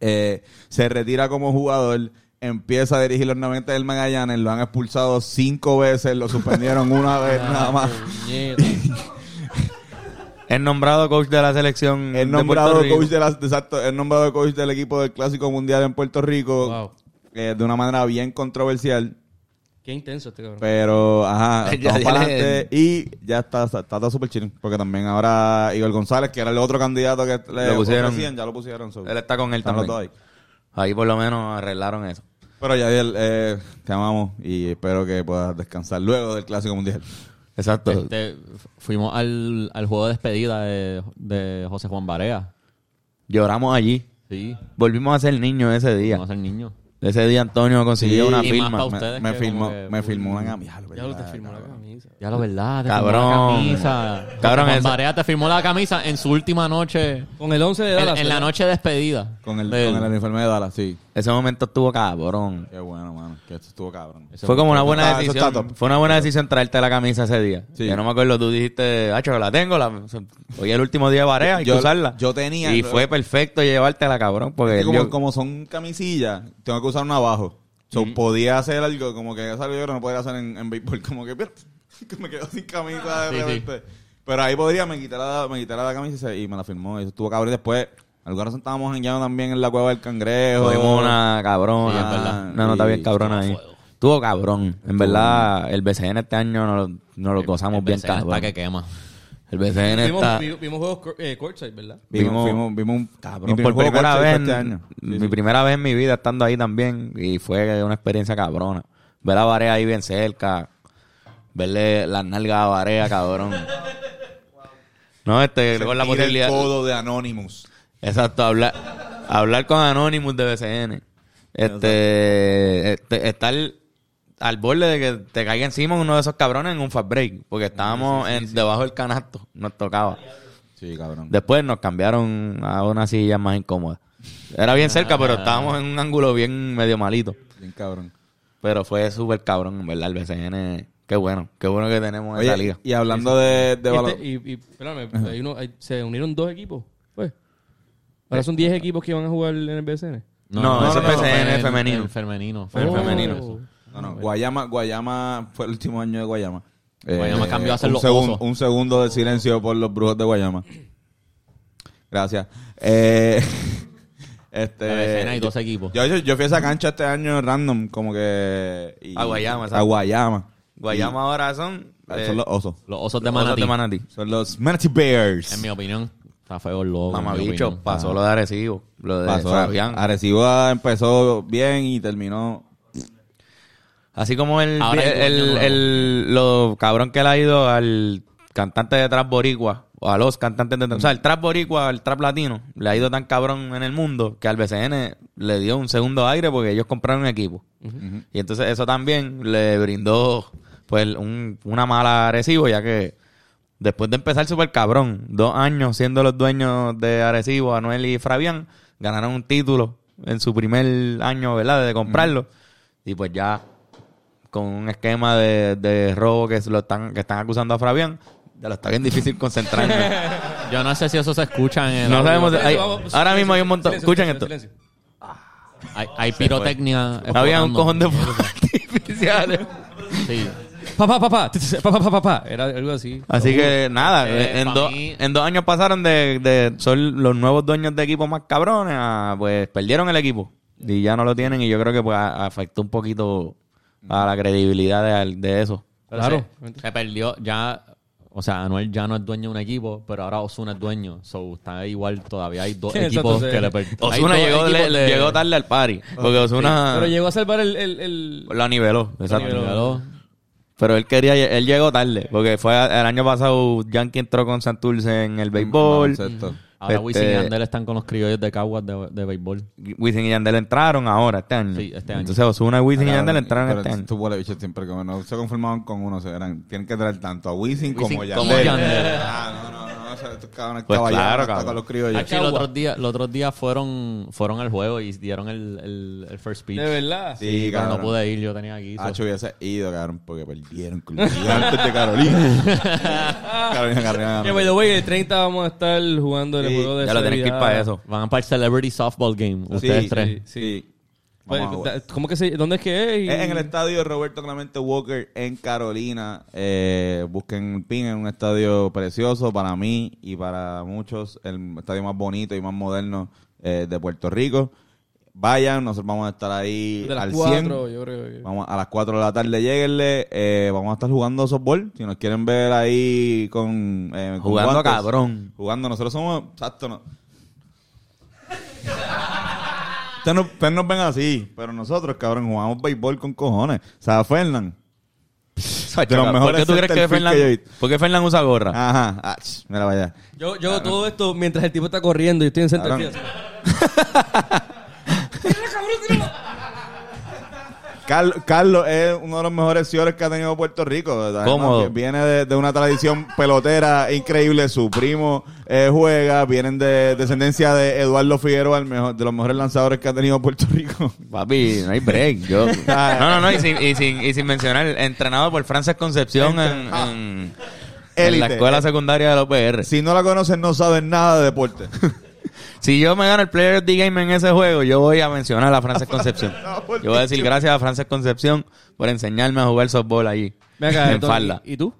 S1: Eh, se retira como jugador, empieza a dirigir los 90 del Magallanes, lo han expulsado cinco veces, lo suspendieron una vez nada más.
S4: Ah.
S2: Puñeta.
S4: Es nombrado coach de la selección
S1: Es
S4: de
S1: nombrado
S4: Puerto Rico.
S1: coach de las- exacto, es nombrado coach del equipo del Clásico Mundial en Puerto
S4: Oh.
S1: Rico
S2: Wow.
S1: eh, de una manera bien controversial.
S2: Qué intenso este
S4: Pues,
S2: cabrón.
S1: Pero, ajá,
S4: Ya,
S1: vamos
S4: ya
S1: para
S4: le-
S1: adelante. Y ya está, está, está super chill. Porque también ahora Igor González, que era el otro candidato que le
S4: Lo pusieron.
S1: ofrecían, ya lo pusieron. so.
S4: Él está con él
S1: Están los
S4: también.
S1: dos ahí.
S4: Ahí por lo menos arreglaron eso.
S1: Pero ya, eh, te amamos y espero que puedas descansar luego del Clásico Mundial.
S4: Exacto.
S3: Este, fuimos al, al juego de despedida de, de José Juan Barea.
S4: Lloramos allí.
S3: Sí,
S4: Volvimos a ser niños ese día.
S3: vamos a ser niños.
S4: Ese día Antonio consiguió
S3: Sí,
S4: una
S3: y
S4: firma.
S3: más pa'
S4: Me-
S3: ustedes
S1: Me
S3: que
S1: filmó,
S3: como que-
S1: me filmó una camisa.
S2: Ya lo te firmó la camisa.
S3: Ya lo verdad, te
S4: Cabrón.
S3: firmó la camisa.
S4: Cabrón,
S3: José Juan
S4: ese-
S3: Barea te firmó la camisa en su última noche.
S2: Con el 11 de
S3: En,
S2: Dallas.
S3: en la
S2: ¿verdad?
S3: noche de despedida.
S1: Con el,
S3: Del-
S1: con el uniforme de Dallas, sí.
S4: Ese momento estuvo cabrón.
S1: Qué bueno, mano. Que esto estuvo cabrón.
S3: Eso
S4: Fue como una buena
S1: está- eso está
S4: decisión.
S1: top.
S4: Fue una buena decisión traerte la camisa ese día.
S1: Sí.
S4: Yo no me acuerdo, tú dijiste, Hacho, la tengo. La... Hoy es el último día de Barea, hay que
S1: Yo-
S4: usarla.
S1: yo tenía-
S4: Y fue perfecto llevártela, cabrón. Porque
S1: Es que como,
S4: Pues, yo-
S1: como son camisillas, tengo que usar una abajo. So, Podía hacer algo como que es algo que no podía hacer en, en béisbol, como que, pero, que me quedo sin camisa de
S3: Sí, sí.
S1: repente. Pero ahí podría, me quitara la, me quitara la camisa y, se- y me la firmó. Y eso estuvo cabrón. Y después, alguna razón estábamos jangueando también en la cueva del cangrejo.
S4: Cogimos una cabrona.
S1: Sí, es verdad.
S4: No, no, está
S1: Sí,
S4: bien cabrona ahí. Estuvo cabrón. En verdad, el BCN este año no lo, no lo gozamos
S3: el
S4: bien
S3: BCN
S4: cabrón.
S3: está que quema.
S4: El BCN está...
S2: Vimos, vi- vimos juegos cor- eh, courtside, ¿verdad?
S1: Vimos,
S4: vimos-
S1: vimos, vimos un mi
S4: Cabrón,
S1: primer
S4: por
S1: juego
S4: primera
S1: corto
S4: vez,
S1: fue este año. Sí,
S4: mi
S1: sí.
S4: primera vez en mi vida estando ahí también y fue una experiencia cabrona. Ver a Varea ahí bien cerca, verle las nalgas a Varea, cabrón. No, este, con la
S1: Sentir
S4: posibilidad.
S1: el codo de Anonymous.
S4: Exacto, hablar, hablar con Anonymous de BCN. Este, este, estar al borde de que te caiga encima uno de esos cabrones en un fast break, porque estábamos en- debajo del canasto, nos tocaba.
S1: Sí, cabrón.
S4: Después nos cambiaron a una silla más incómoda. Era bien cerca, pero estábamos en un ángulo bien medio malito.
S1: Bien cabrón.
S4: Pero fue súper cabrón, en verdad, el BCN. Qué bueno, qué bueno que tenemos esa
S1: Oye,
S4: liga.
S1: y hablando de, de
S2: Y
S1: balón.
S2: este- y, y, espérame, hay uno- hay- se unieron dos equipos. Pues.
S4: Eh.
S2: Ahora son 10 equipos que van a jugar en el BCN.
S4: No,
S1: ese
S3: fue
S4: PCN
S3: el-
S4: femenino.
S3: el femenino.
S4: Fue el
S2: Oh.
S4: femenino.
S1: No, no. Guayama, Guayama fue el último año de Guayama. Eh,
S3: Guayama cambió a ser
S1: un
S3: los
S1: segun-
S3: osos.
S1: Un segundo de silencio por los brujos de Guayama. Gracias. Eh,
S3: La BCN hay
S1: este,
S3: dos equipos.
S1: yo, yo, yo fui a esa cancha este año random, como que... y-
S4: A Guayama,
S1: A
S4: exacto.
S1: Guayama.
S4: Guayama ahora son,
S1: Y-
S4: eh,
S1: son los osos.
S3: Los osos de
S4: los osos
S3: Manatí.
S4: de Manatí.
S1: Son los Manatee Bears.
S3: En mi opinión, está feo el logo. en mi
S4: Mamabicho,
S3: opinión.
S4: pasó lo de Arecibo, lo de
S1: Pasó,
S4: Fabián.
S1: Arecibo empezó bien y terminó...
S4: Así como el,
S3: Ahora
S4: el,
S3: hay dueño
S4: el-
S3: nuevo.
S4: el- lo cabrón que le ha ido al cantante de trap boricua, o a los cantantes de trap, o sea, el trap boricua, el trap latino, le ha ido tan cabrón en el mundo que al BCN le dio un segundo aire porque ellos compraron un equipo. Y entonces eso también le brindó pues un- una mala Arecibo, ya que después de empezar súper cabrón, dos años siendo los dueños de Arecibo, Anuel y Fabián, ganaron un título en su primer año, ¿verdad?, de comprarlo. Y pues ya con un esquema de, de robo que, se lo están, que están acusando a Fabián, ya lo está bien difícil concentrarme.
S3: Yo no sé si eso se escucha en el
S4: No
S3: audio.
S4: sabemos-
S2: Silencio,
S4: hay-
S2: vamos,
S4: ahora
S2: silencio,
S4: mismo hay un montón-
S2: silencio,
S4: escuchen
S2: silencio,
S4: esto.
S2: silencio.
S3: Hay, hay pirotecnia.
S4: Había un
S3: explotando.
S4: cojón de fuegos artificiales.
S3: Sí.
S2: Papá, papá, papá, papá, papá. Era algo así.
S4: Así que nada,
S3: Eh,
S4: en,
S3: pa'
S4: dos-
S3: mí-
S4: en dos años pasaron de, de ser los nuevos dueños de equipos más cabrones a pues perdieron el equipo y ya no lo tienen y yo creo que pues a- afectó un poquito a la credibilidad de, al- de eso.
S3: Pero
S2: Claro.
S3: Se, se perdió ya. O sea, Anuel ya no es dueño de un equipo, pero ahora Osuna es dueño. So, está igual, todavía hay dos
S2: Sí,
S3: equipos
S2: exacto, sí.
S3: que le per- hay
S4: Osuna
S3: dos
S4: llegó,
S3: equipos
S4: le-
S3: de-
S4: llegó tarde al party porque
S1: Ah.
S4: Osuna
S2: Pero llegó a salvar el. el, el-
S4: la niveló, exacto.
S2: niveló.
S3: Llegó.
S4: Pero él quería, él llegó tarde porque fue a- el año pasado Yankee entró con Santurce en el béisbol.
S1: Baloncesto.
S3: Ahora
S4: Este-
S3: Wisin y Yandel están con los criollos de Caguas de, de béisbol.
S4: Wisin y Yandel entraron ahora este año.
S3: Sí, este año.
S4: Entonces Osuna y Wisin y Yandel entraron
S1: Pero
S4: este año.
S1: estos huele bichos siempre como no se conformaban con uno, se eran, tienen que traer tanto a Wisin como
S3: Wisin
S1: Yandel.
S3: como Yandel.
S1: Ah, no, no, no, o sea, estos cabrones
S4: Pues
S1: caballeros,
S4: claro,
S1: hasta
S4: cabrón.
S1: con los criollos.
S3: Aquí los otros días, los otros días fueron, fueron al juego y dieron el, el, el first pitch.
S2: De verdad.
S1: Sí,
S3: Pero
S1: cabrón.
S3: no pude ir, yo tenía aquí. so-
S1: Hacho hubiese ido, cabrón, porque perdieron con los gigantes de Carolina. Carolina Carolina.
S2: Que by the way, el 30 vamos a estar jugando el
S1: Sí,
S2: juego de
S4: Ya lo tenés que ir
S2: celebridad.
S4: para eso.
S3: Van para el Celebrity Softball Game, ustedes tres.
S1: Sí, sí.
S2: Pues,
S1: Vamos a jugar.
S2: da- ¿Cómo que se.? ¿Dónde es que es? Y-
S1: Es en el estadio Roberto Clemente Walker en Carolina. Eh, busquen el pin, es un estadio precioso para mí y para muchos, el estadio más bonito y más moderno eh, de Puerto Rico. Vayan, nosotros vamos a estar ahí
S2: De las
S1: al
S2: 4,
S1: 100.
S2: yo creo. que-
S1: Vamos a las 4 de la tarde, lleguenle. Eh, vamos a estar jugando softball. Si nos quieren ver ahí con. eh, con
S4: Jugando
S1: guantes.
S4: cabrón.
S1: Jugando, nosotros somos. Exacto, no. Ustedes, no- ustedes nos ven así, pero nosotros, cabrón, jugamos béisbol con cojones. O sea, Fernán. De los
S4: ¿Por
S1: mejores
S4: qué tú crees que
S1: centerfield
S4: Fernan,
S1: que yo he visto.
S4: ¿Por qué Fernan usa gorra?
S1: Ajá, ah, ch, mira, vaya.
S2: Yo, yo todo esto mientras el tipo está corriendo y estoy en centro
S1: Cabrón. Carl- Carlos es uno de los mejores señores que ha tenido Puerto Rico. Además,
S4: Cómodo.
S1: Viene de, de una tradición pelotera increíble. Su primo eh, juega. Vienen de descendencia de Eduardo Figueroa, el mejor, de los mejores lanzadores que ha tenido Puerto Rico.
S4: Papi, no hay break. Yo.
S1: Ah.
S4: no, no, no. Y sin, y sin, y sin mencionar, entrenado por Frances Concepción en, en- en
S1: Ah. Élite.
S4: la escuela secundaria de la OPR.
S1: Si no la conocen, no saben nada de deporte.
S4: Si yo me gano el Player of the Game en ese juego, yo voy a mencionar a Frances Concepción.
S1: No, por
S4: Yo voy a decir
S1: Dios.
S4: gracias a Frances Concepción por enseñarme a jugar softball allí. en falda.
S2: ¿Y tú?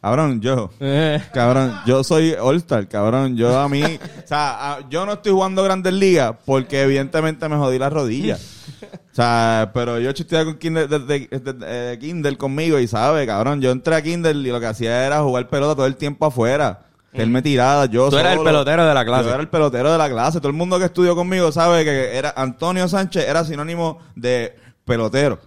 S1: Cabrón, yo.
S2: Eh,
S1: Cabrón, yo soy All-Star, cabrón. Yo a mí. o sea, a- yo no estoy jugando Grandes Ligas porque, evidentemente, me jodí las rodillas. O sea, pero yo chisteaba con Kindle, desde, desde- eh, Kindle conmigo y sabe, cabrón. Yo entré a Kindle y lo que hacía era jugar pelota todo el tiempo afuera. Él me tiraba, yo
S4: Tú eras el
S1: solo.
S4: pelotero de la clase.
S1: Yo era el pelotero de la clase. Todo el mundo que estudió conmigo sabe que era Antonio Sánchez era sinónimo de pelotero.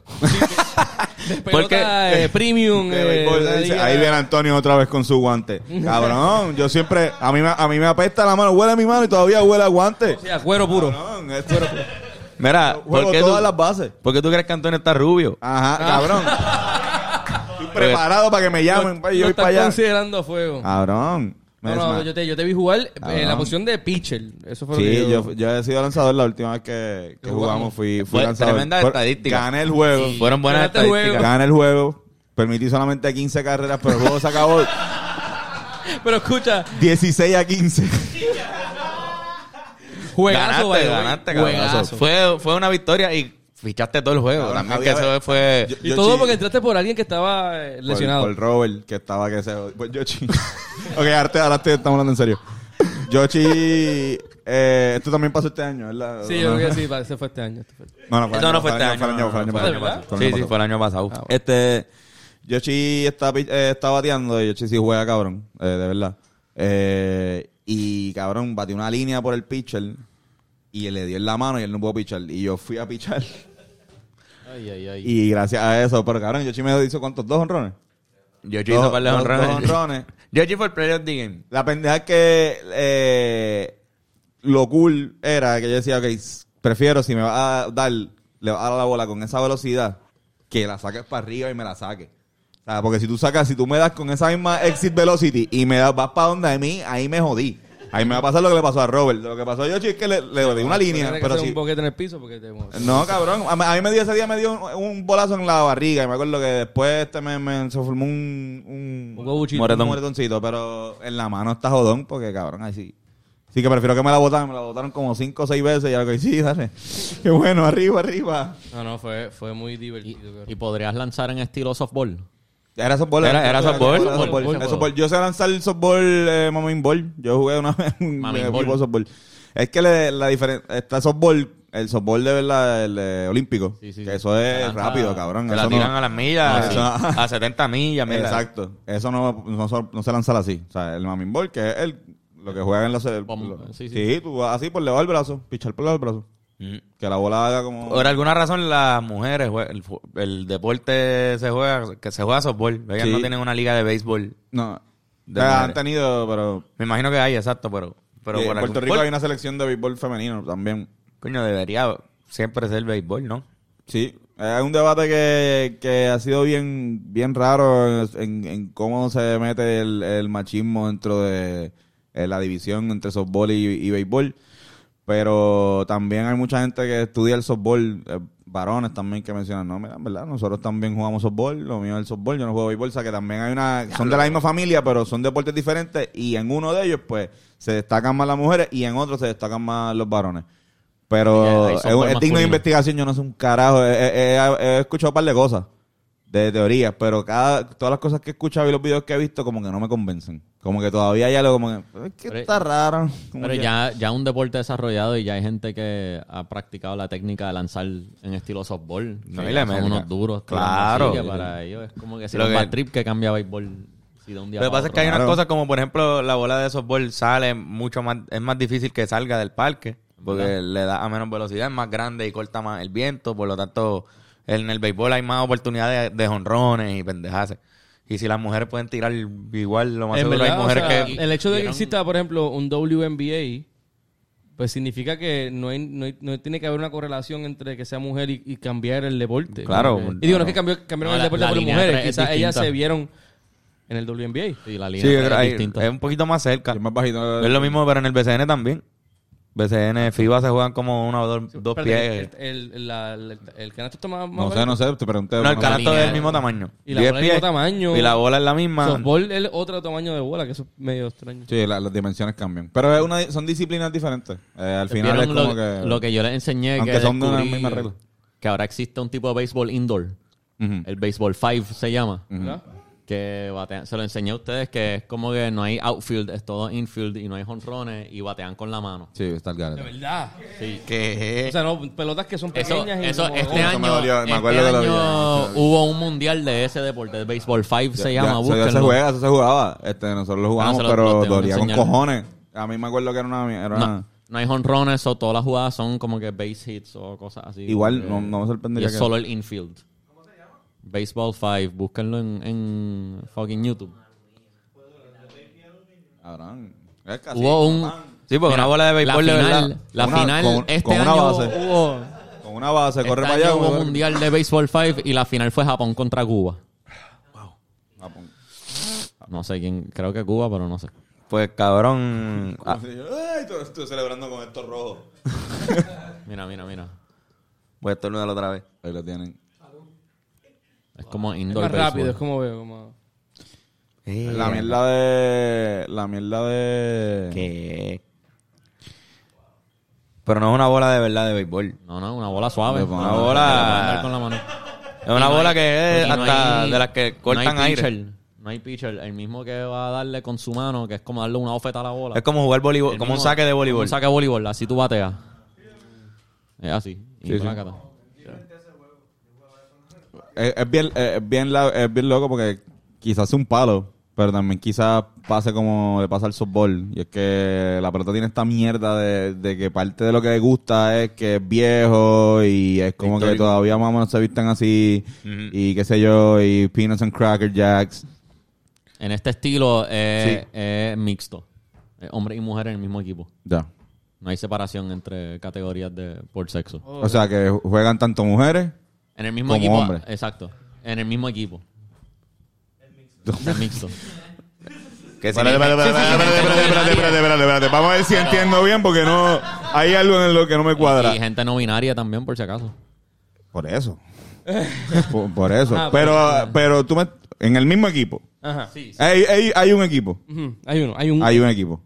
S2: pelota, eh, premium.
S1: De
S2: eh,
S1: béisbol,
S2: la
S1: dice,
S2: liga.
S1: ahí viene Antonio otra vez con su guante. Cabrón, yo siempre, a mí, me- a mí me apesta la mano, huele mi mano y todavía huele a guante.
S2: Sí, a cuero puro.
S1: Cabrón, esto-
S4: Mira, ¿por
S1: juego
S4: qué, tú,
S1: todas las bases.
S4: por qué tú crees que Antonio está rubio?
S1: Ajá, cabrón.
S4: Ah.
S1: Estoy preparado para que me llamen, pa, y yo
S2: Lo
S1: voy
S2: estás
S1: para allá.
S2: considerando a fuego.
S1: Cabrón. me
S2: No, no,
S1: desma-
S2: yo te, yo te vi jugar eh, en la
S1: Cabrón.
S2: posición de pitcher. Eso fue lo que
S1: Sí, yo, yo he sido lanzador la última vez que, que jugamos, fui, fui
S4: Fue
S1: lanzador.
S4: tremenda
S1: Fue-
S4: estadística.
S1: Gané el juego.
S4: Fueron buenas
S2: Pero este juego-
S4: estadísticas.
S1: Gané el juego. Permití solamente 15 carreras, pero el juego se acabó
S2: Pero escucha,
S1: 16 a 15.
S2: juegazo, by
S4: Ganaste,
S2: the way.
S4: ganaste, cabrón.
S2: Juegazo.
S4: Fue, fue una victoria y fichaste todo el juego.
S1: Cabrón,
S4: También que
S1: había-
S4: eso fue...
S1: Yo-
S2: Y
S1: yo
S2: todo
S1: chi-
S2: porque entraste por alguien que estaba eh,
S1: Por-
S2: lesionado.
S1: Por, Robert, que estaba que se jod- Pues Yoshi. ok, ahora, te- ahora te estamos hablando en serio. Yoshi, eh, esto también pasó este año, ¿verdad?
S2: Sí, yo creo que sí, pa- ese fue este año. este fue este año.
S1: No, no,
S4: Eso no fue
S1: el
S4: este año.
S1: Fue el año, fue el año,
S4: no,
S1: fue el año
S2: fue
S1: pasado, fue el año
S4: Sí, sí,
S1: pasado.
S4: fue el año pasado.
S1: Este, Yoshi está, pi- eh, está bateando y Yoshi sí juega cabrón, eh, de verdad. Eh, y cabrón, batió una línea por el pitcher y le dio en la mano y él no pudo pichar. Y yo fui a pichar.
S3: Ay, ay, ay.
S1: Y gracias a eso, pero cabrón, Yoshi me hizo cuántos dos honrones.
S4: Yoshi hizo
S1: Dos-
S4: par de
S1: dos-
S4: honrones.
S1: dos honrones.
S4: Yoshi fue el player of the game.
S1: La pendeja es que eh, lo cool era que yo decía, ok, s- prefiero si me va a dar, le va a dar la bola con esa velocidad, que la saques para arriba y me la saques. O sea, porque si tú sacas, si tú me das con esa misma exit velocity y me das, vas para donde a mí, ahí me jodí. Ahí me va a pasar lo que le pasó a Robert. Lo que pasó a Yoshi es que le, le di una línea,
S2: Tienes que
S1: pero
S2: hacer
S1: si...
S2: un boquete en el piso porque te...
S1: No, cabrón. A, mí- a mí me dio ese día me dio un, un bolazo en la barriga. Y me acuerdo que después este me, me- se formó un, un,
S2: Un gobuchito.
S1: un moretoncito. Pero en la mano está jodón porque, cabrón, ahí sí. Sí que prefiero que me la botaran. Me la botaron como cinco o seis veces. Y algo que sí, dale. Qué bueno, arriba, arriba.
S2: No, no, fue, fue muy divertido. cabrón.
S3: ¿Y podrías lanzar en estilo softball?
S1: Era softball.
S4: Era- era
S1: Era
S4: softball,
S3: softball,
S1: softball.
S3: softball.
S1: Era softball. Yo sé lanzar el softball, eh, Mamin Ball. Yo jugué una vez un
S3: Mamin
S1: equipo
S3: ball.
S1: de softball. Es que le- la diferencia... Está softball... El softball de verdad, el eh, olímpico.
S3: Sí, sí,
S1: que
S3: sí.
S1: eso es
S3: Lanza-
S1: rápido, cabrón.
S4: Se la
S1: Eso no-
S4: tiran a las millas,
S1: No, sí.
S4: a 70 millas. mierda.
S1: Exacto. Eso no, no, se- no se lanza así. O sea, el mamin ball, que es el, lo que juegan en los... el-
S3: Pom-
S1: lo-
S3: sí,
S1: sí,
S3: sí.
S1: tú vas así por debajo del brazo. Pichar por debajo del brazo.
S4: Mm.
S1: Que la bola haga como...
S4: Por alguna razón las mujeres, jue- el, fu- el deporte se juega, que se juega softball. Ellas
S1: Sí.
S4: no tienen una liga de béisbol.
S1: no.
S4: De
S1: O sea,
S4: madre.
S1: han tenido, pero...
S4: Me imagino que hay, exacto, pero... pero
S1: y
S4: por
S1: en
S4: algún-
S1: Puerto Rico
S4: por-
S1: hay una selección de béisbol femenino también.
S4: Coño, debería siempre ser béisbol, ¿no?
S1: Sí, es un debate que, que ha sido bien, bien raro en, en cómo se mete el, el machismo dentro de eh, la división entre softball y, y béisbol. Pero también hay mucha gente que estudia el softball, eh, varones también que mencionan, no, mira, en verdad, nosotros también jugamos softball, lo mío es el softball, yo no juego béisbol, o sea que también hay una, son de la misma familia, pero son deportes diferentes y en uno de ellos pues se destacan más las mujeres y en otro se destacan más los varones. Pero
S3: Hay
S1: es,
S3: softball
S1: es digno de
S3: masculino.
S1: investigación, yo no sé un carajo. He, he- he- he escuchado un par de cosas, de teorías, pero cada todas las cosas que he escuchado y los videos que he visto como que no me convencen. Como que todavía hay algo como que, "Es que
S3: Pero-
S1: está raro. Como
S3: Pero
S1: que-
S3: ya, ya un deporte desarrollado y ya hay gente que ha practicado la técnica de lanzar en estilo softball.
S4: No,
S3: Que
S4: y le
S3: son
S4: meten.
S3: unos duros. tirando
S4: Claro.
S3: silla Para ellos es como que si
S4: Lo
S3: un
S4: que-
S3: bad trip que cambia béisbol. Si de un día
S4: Lo
S3: para
S4: que pasa es
S3: otro.
S4: que hay unas
S1: Claro.
S4: cosas como, por ejemplo, la bola de softball sale mucho más... Es más difícil que salga del parque porque le da a menos velocidad, es más grande y corta más el viento. Por lo tanto, en el béisbol hay más oportunidades de jonrones y pendejadas. Y si las mujeres pueden tirar igual, lo más
S2: En
S4: seguro hay
S2: verdad, o
S4: mujeres
S2: sea,
S4: que...
S2: El hecho de que
S3: vieron-
S2: exista, por ejemplo, un WNBA, pues significa que no, hay- no, hay- no tiene que haber una correlación entre que sea mujer y, y cambiar el deporte.
S4: Claro.
S2: Y digo, no es que cambió- cambiaron
S3: No,
S2: el
S3: la-
S2: deporte
S3: la
S2: por las
S3: línea
S2: mujeres,
S3: tres es
S2: quizás ellas
S3: distinta.
S2: se vieron en el WNBA.
S3: Sí, la
S4: Sí,
S3: línea
S4: yo
S3: es
S4: creo ahí-
S3: distinta.
S4: es un poquito más cerca.
S1: es más bajito.
S4: Es lo mismo, pero en el BCN también.
S2: Ah,
S4: BCN, FIBA se juegan como uno o dos, dos
S2: Espérate,
S4: pies.
S2: El, el, la- el- el canasto está más, más
S1: No sé,
S2: barato.
S1: no sé, te pregunté.
S4: No, el
S1: Bueno,
S4: canasto es
S3: lineal.
S4: del mismo tamaño.
S2: Y la bola es
S4: 10
S2: del mismo
S4: pies.
S2: tamaño.
S4: Y la bola es la misma.
S2: Softball es otro tamaño de bola, que eso es medio extraño.
S1: Sí, la- las dimensiones cambian. Pero es una, son disciplinas diferentes. Eh, al final es
S3: ¿Vieron
S1: como
S3: lo,
S1: que...
S3: lo que yo les enseñé
S1: Aunque
S3: que
S1: son de una
S3: descubrí
S1: misma regla.
S3: que ahora existe un tipo de béisbol indoor
S1: Ujú.
S3: el béisbol 5 se llama
S2: ¿verdad?
S3: que batean, se lo enseñé a ustedes que es como que no hay outfield es todo infield y no hay jonrones y batean con la mano
S1: Sí, está el
S2: De
S1: garete.
S2: verdad.
S4: ¿Qué?
S2: O sea, no, pelotas que son
S3: eso,
S2: pequeñas y
S3: eso
S2: como-
S3: este
S1: Eso
S3: año,
S1: me dolió, me
S3: este
S1: acuerdo que lo vi.
S3: año hubo un mundial de ese deporte el béisbol 5 se
S1: Ya,
S3: llama
S1: eso ya se
S3: búsquenlo. Ah,
S1: juega, eso se jugaba. Este, nosotros lo jugábamos,
S3: se lo- lo
S1: pero
S3: tengo que
S1: dolía con
S3: enseñar.
S1: cojones. A mí me acuerdo que era una... mier- Era
S3: no,
S1: una-
S3: no hay jonrones o todas las jugadas son como que base hits o cosas así
S1: Igual, no,
S3: Como que-
S1: no me
S3: Y
S1: sorprendería
S3: es
S1: que...
S3: solo el infield. Baseball 5, búsquenlo en, en fucking YouTube.
S1: Cabrón, es casi-
S3: hubo un.
S4: Sí, porque una bola de béisbol,
S3: la
S4: de
S3: final,
S4: verdad.
S3: La
S1: Ah, Una-
S3: final,
S1: con-
S3: este
S1: con una
S3: año
S1: base.
S3: hubo.
S1: Con una base,
S3: este
S1: corre para
S3: año
S1: allá.
S3: hubo
S1: güey.
S3: mundial de Baseball 5 y la final fue Japón contra Cuba.
S1: Ah, pon-
S3: No sé quién, creo que Cuba, pero no sé.
S4: Pues cabrón. ah,
S1: Ay, tú- estoy celebrando con estos rojos.
S3: Mira, mira, mira.
S4: voy a estornudar otra vez.
S1: Ahí lo tienen.
S3: Es como
S2: Es
S3: indoor
S2: más rápido, es
S3: baseball.
S2: como veo. Como...
S4: eh,
S1: La mierda de... La mierda de...
S4: ¿Qué? Pero no es una bola de verdad de béisbol.
S3: No, no, una bola suave.
S1: Una
S3: No, no,
S4: bola-
S3: que la puedan dar con la mano.
S4: Es una bola que es
S3: Porque no
S4: hasta
S3: hay-
S4: de las que
S3: no
S4: cortan
S3: hay
S4: aire.
S3: pitcher, No hay pitcher. El mismo que va a darle con su mano, que es como darle una ofeta a la bola.
S4: Es como jugar voleibol,
S3: El
S4: como un
S3: mismo-
S4: saque de
S3: como
S4: voleibol.
S3: Un saque de voleibol, así tú bateas. Es así. Y
S1: Sí, sí.
S3: plácata.
S1: Es, es bien, es, es bien la- es bien loco porque quizás sea un palo, Pero también quizás pase como le pasa al softball. Y es que la pelota tiene esta mierda de, de que parte de lo que le gusta es que es viejo y es como que
S4: Histórico.
S1: todavía más o menos se visten así
S4: Ujú.
S1: y qué sé yo, y peanuts and cracker jacks.
S3: En este estilo es,
S1: Sí.
S3: es mixto. Eh, Hombre y mujer en el mismo equipo.
S1: Ya.
S3: No hay separación entre categorías de por sexo.
S1: O sea, que juegan tanto mujeres.
S3: En el mismo
S1: Como
S3: equipo.
S1: hombre.
S3: Exacto. En el mismo equipo. Es mixto.
S4: Que si-
S1: Espérate, espérate, espérate, espérate, espérate, espérate, espérate, espérate. Vamos a ver si entiendo bien porque no hay algo en lo que no me cuadra.
S3: Y gente no binaria también, por si acaso.
S1: Por eso. Por, por eso.
S2: Ah,
S1: pero, pero tú me... En el mismo equipo.
S2: Ajá.
S1: Hay, hay, hay un equipo.
S2: Ujú. Hay uno, hay un.
S1: Hay un equipo.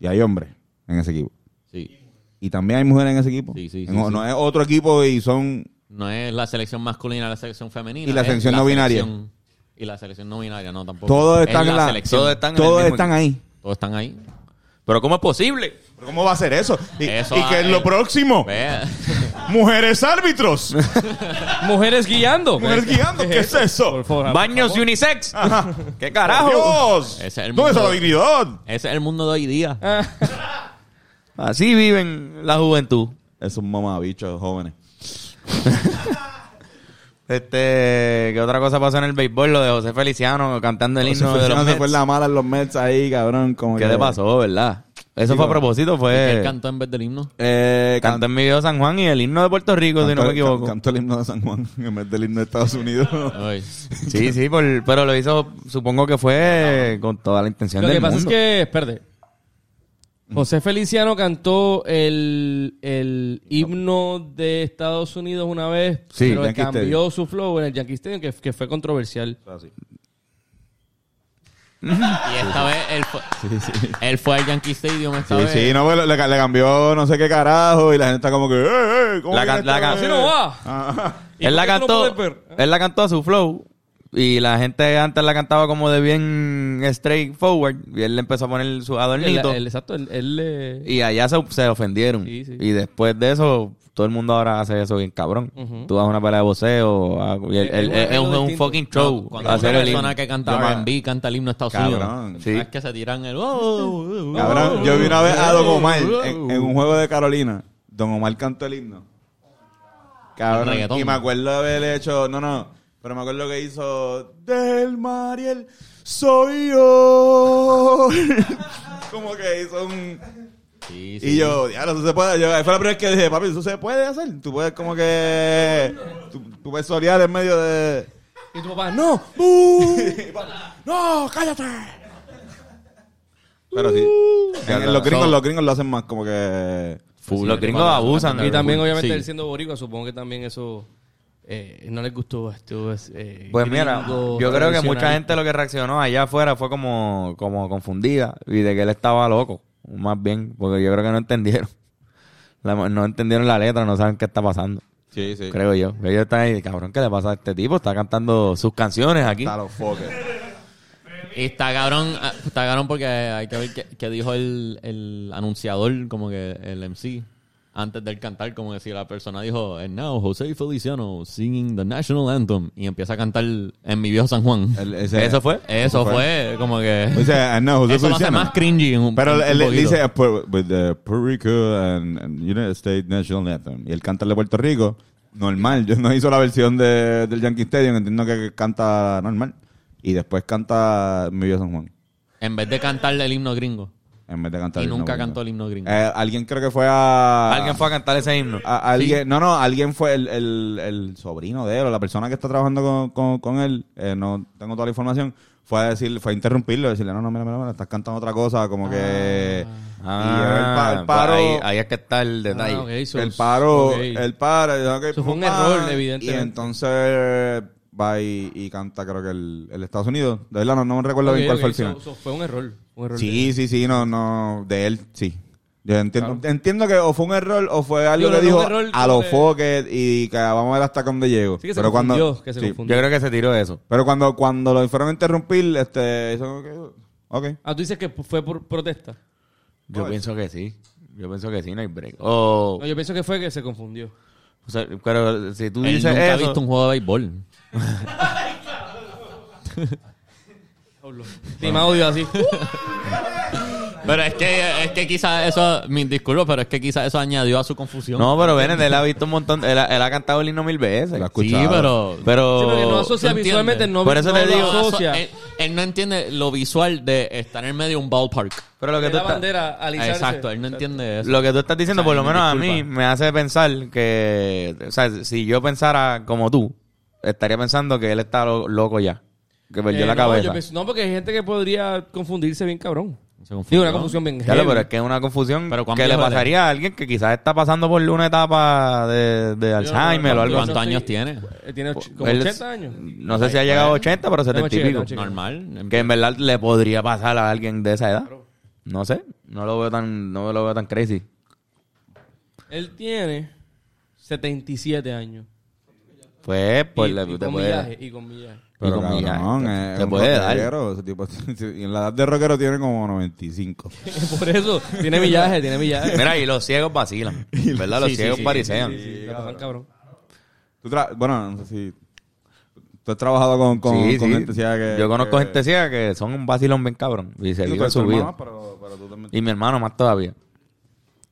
S1: Y hay hombres en ese equipo.
S3: Sí.
S1: Y también hay mujeres en ese equipo.
S3: Sí, sí, sí,
S1: En-
S3: sí.
S1: No es otro equipo y son...
S3: No es la selección masculina, la selección femenina.
S1: Y la
S3: es
S1: selección no binaria.
S3: selección- y la selección no binaria, no tampoco.
S1: Todos
S3: Es
S1: están en la-
S3: selección.
S4: todos
S3: Todos,
S4: están- en el
S1: Todos
S4: mismo
S1: están ahí.
S3: están ahí.
S4: Pero ¿cómo es posible?
S1: ¿Pero ¿Cómo va a ser eso? Y,
S3: Eso,
S1: y que
S3: ah,
S1: en lo
S3: eh.
S1: próximo,
S3: Ve.
S1: mujeres árbitros,
S2: Mujeres guiando.
S1: mujeres guiando, ¿qué es eso?
S2: Por favor.
S4: Baños unisex. Ah, ¿Qué carajo?
S1: ¡Dios!
S3: Ese es el
S1: ¿Dónde está
S3: mundo.
S1: la dignidad?
S3: Ese es el mundo de hoy día.
S2: Ah.
S4: Así viven la juventud.
S1: Esos mamabichos jóvenes.
S4: Este, ¿qué otra cosa pasó en el béisbol? Lo de José Feliciano cantando el
S1: José
S4: himno de
S1: Feliciano
S4: los
S1: se fue
S4: Mets.
S1: la mala en los Mets ahí, cabrón. Como
S4: ¿Qué
S1: que-
S4: le pasó, verdad? Eso
S1: Sí,
S4: fue a
S1: no.
S4: propósito,
S3: Él
S4: fue
S3: cantó en vez del himno.
S1: Eh,
S4: cantó en mi video San Juan y el himno de Puerto Rico, si no me equivoco.
S1: Canto el himno de San Juan en vez del himno de Estados Unidos.
S3: Ay.
S4: Sí, sí, por- pero lo hizo, supongo que fue con toda la intención
S2: Lo que
S4: del
S2: pasa es
S4: mundo.
S2: que, espérate. José Feliciano cantó el, el himno de Estados Unidos una vez,
S1: Sí,
S2: pero
S1: Yankee
S2: cambió su flow en el Yankee Stadium, que, que fue controversial.
S3: Y esta vez él fue, él fue al Yankee Stadium esta
S1: Sí,
S3: vez.
S1: sí, no, pero le, le cambió no sé qué carajo y la gente está como que, ¡eh, eh! ¿Cómo
S4: La
S1: que
S4: can- la
S1: esta-
S4: canción
S2: no va.
S1: Ajá.
S2: ¿Y
S4: Él la
S2: por qué tú
S4: cantó,
S2: no puedes ver?
S4: él la cantó a su flow y la gente antes la cantaba como de bien straightforward y él le empezó a poner su
S2: El-
S4: adornito
S2: el- exacto, el- eh, él le-
S4: y allá se, se ofendieron.
S2: Sí, sí.
S4: Y después de eso, todo el mundo ahora hace eso bien cabrón.
S2: Ujú.
S4: Tú vas a una pelea de voceo, a- y el-
S2: Es-
S4: el-
S2: es
S4: es
S2: algo
S4: un- es un
S2: distinto.
S4: fucking
S3: No,
S4: show.
S3: cuando
S4: hacer
S3: una
S4: el
S3: persona
S4: himno.
S1: Yo
S3: que
S1: me-
S3: canta R&B canta el himno de Estados
S1: Cabrón.
S3: Unidos.
S4: Sí.
S3: Es que se tiran el... "Oh".
S1: Cabrón, yo vi una vez a Don Omar en, en un juego de Carolina. Don Omar cantó el himno.
S3: El
S1: Cabrón.
S3: reggaetón.
S1: Y me acuerdo de haber hecho. No, no. Pero me acuerdo que hizo. Del Mariel soy yo. Como que hizo un.
S3: Sí, sí.
S1: Y yo, diablo, eso se puede. Yo, fue la primera vez que dije, papi, eso se puede hacer. Tú puedes, como que. Tú, tú puedes solear en medio de.
S2: Y tu papá, no.
S1: Uh. ¡No, cállate! Uh. Pero sí. En- Los gringos, los gringos lo hacen más como que.
S4: Full, los gringos abusan.
S2: Y también, obviamente,
S3: Sí.
S2: él siendo boricua, supongo que también eso eh, no les gustó. Esto es, eh,
S4: Pues mira,
S2: gringo,
S4: yo creo que mucha
S2: tradicional.
S4: gente lo que reaccionó allá afuera fue como, como confundida y de que él estaba loco, más bien, porque yo creo que no entendieron. La- no entendieron la letra, no saben qué está pasando,
S1: Sí, sí.
S4: creo yo. Ellos están ahí, cabrón, ¿qué le pasa a este tipo? Está cantando sus canciones aquí.
S1: Hasta los foques.
S3: Y está cabrón, ah, está cabrón porque hay que ver qué, qué dijo el, el anunciador, como que el MC, antes del cantar, como que si la persona dijo, and now José Feliciano singing the national anthem, y empieza a cantar en mi viejo San Juan.
S1: El- ese-
S4: ¿Eso fue?
S3: Eso fue, como que...
S1: Dice, ah, no, José
S3: eso lo hace
S1: Feliciano.
S3: más cringy un-
S1: Pero
S3: un
S1: él él
S3: poquito.
S1: dice, "Pu- with the Puerto Rico and, and United States National Anthem. Y él canta el de Puerto Rico, normal. Yo no hizo la versión de, del Yankee Stadium, entiendo que canta normal. Y después canta Mi Vida San Juan.
S3: En vez de cantarle el himno gringo.
S1: En vez de cantar
S3: Y
S1: el himno
S3: nunca
S1: gringo.
S3: cantó el himno gringo.
S1: Eh, alguien creo que fue a.
S4: Alguien fue a cantar ese himno.
S1: a- alguien, No, no, alguien fue el, el- el sobrino de él o la persona que está trabajando con, con- con él. eh, no tengo toda la información. Fue a decir, fue a interrumpirlo, a decirle, no, no, mira, mira, mira, estás cantando otra cosa, como que.
S4: Ah,
S1: y el, pa- el paro.
S4: ahí, ahí es que está el
S2: Ah,
S4: detalle.
S2: ok, so-
S1: el paro.
S2: ok.
S1: El paro. y, ok,
S2: Eso fue un
S1: pum, pam,
S2: error, evidentemente.
S1: Y entonces va y, y canta, creo que el, el Estados Unidos. De verdad, no, no me recuerdo
S2: Ok,
S1: bien cuál
S2: ok,
S1: fue el
S2: eso-
S1: final.
S2: eso fue un error. un error de-
S1: Sí, sí, sí, no, no, de él, sí. Yo entiendo, entiendo que o fue un error o fue algo
S2: Digo,
S1: que
S2: no, no,
S1: dijo
S2: un error
S1: a los
S2: que-
S1: foques y que vamos a ver hasta dónde llego.
S2: Sí, que se
S1: pero cuando,
S2: confundió, que se
S1: sí.
S2: confundió.
S4: Yo creo que se tiró eso.
S1: Pero cuando, cuando lo fueron a interrumpir, este, eso como que, ok.
S2: Ah, tú dices que fue por protesta.
S4: Yo pienso que sí. Yo pienso que sí, no hay break. O,
S2: No, yo pienso que fue que se confundió.
S4: o sea, pero si tú
S3: Él
S4: dices
S3: nunca ha
S4: eso-
S3: visto un juego de béisbol.
S2: Team audio así.
S3: Pero es que, es que quizás eso, mis disculpas, pero es que quizás eso añadió a su confusión.
S4: No, pero Bennett, él ha visto un montón. Él ha, él ha cantado el himno mil veces.
S1: Lo ha
S3: sí,
S1: escuchado.
S3: pero...
S4: Pero.
S2: Sí, porque no asocia
S3: ¿tú entiendes?
S2: visualmente, no,
S4: Oh. Por eso
S2: no
S4: le
S2: lo
S4: digo,
S2: asocia.
S3: él, él no entiende lo visual de estar en medio de un ballpark.
S4: pero lo que
S2: Le
S4: tú
S2: da
S4: estás-
S2: bandera a alisarse. Eh,
S3: Exacto, él no entiende eso.
S4: Lo que tú estás diciendo,
S3: O sea,
S4: por lo
S3: me
S4: menos a
S3: disculpa.
S4: mí, me hace pensar que, o sea, si yo pensara como tú, estaría pensando que él está lo- loco ya, que perdió
S2: Eh,
S4: la
S2: no,
S4: cabeza.
S2: yo pienso- no, porque hay gente que podría confundirse bien cabrón.
S3: Se confundió.
S2: Digo, una confusión bien
S4: Claro,
S2: heavy.
S4: pero es que es una confusión
S3: Pero ¿cuán
S4: que le
S3: viejo él es?
S4: pasaría a alguien que quizás está pasando por una etapa de, de
S2: Yo no-
S4: Alzheimer o
S2: yo
S4: algo
S2: no
S4: así.
S3: ¿Cuántos
S2: estoy-
S3: años tiene?
S2: Eh, Tiene och- como
S4: pues Él-
S2: 80 años.
S4: No sé si ha llegado a 80, pero 70 y
S2: checar,
S4: pico.
S2: vamos a checar.
S3: Normal.
S4: Que en verdad le podría pasar a alguien de esa edad. No sé, no lo veo tan, no lo veo tan crazy.
S2: Él tiene 77 años.
S4: Pues, pues
S2: y,
S4: le-
S2: y
S4: te
S2: con
S4: puede-
S2: millaje, y con millaje.
S1: Pero
S4: con millaje,
S1: cabrón,
S4: te-
S1: eh,
S4: te
S1: un
S4: puede dar.
S1: rockero, ese tipo- y en la edad de rockero tiene como 95.
S2: Por eso, tiene millaje, tiene millaje.
S4: Mira, y los ciegos vacilan. ¿Verdad? Los
S3: Sí, sí,
S4: ciegos
S3: sí,
S4: parisean.
S2: Sí, la pasan cabrón.
S1: Tú tra- bueno, no sé si... Tú has trabajado con, con,
S4: Sí,
S1: con
S4: sí.
S1: gente ciega que...
S4: Yo conozco
S1: que-
S4: gente ciega que son un vacilón bien cabrón. Y se
S1: Digo,
S4: viven
S1: tu
S4: su
S1: hermano,
S4: vida.
S1: pero- pero tú también-
S4: Y mi hermano más todavía.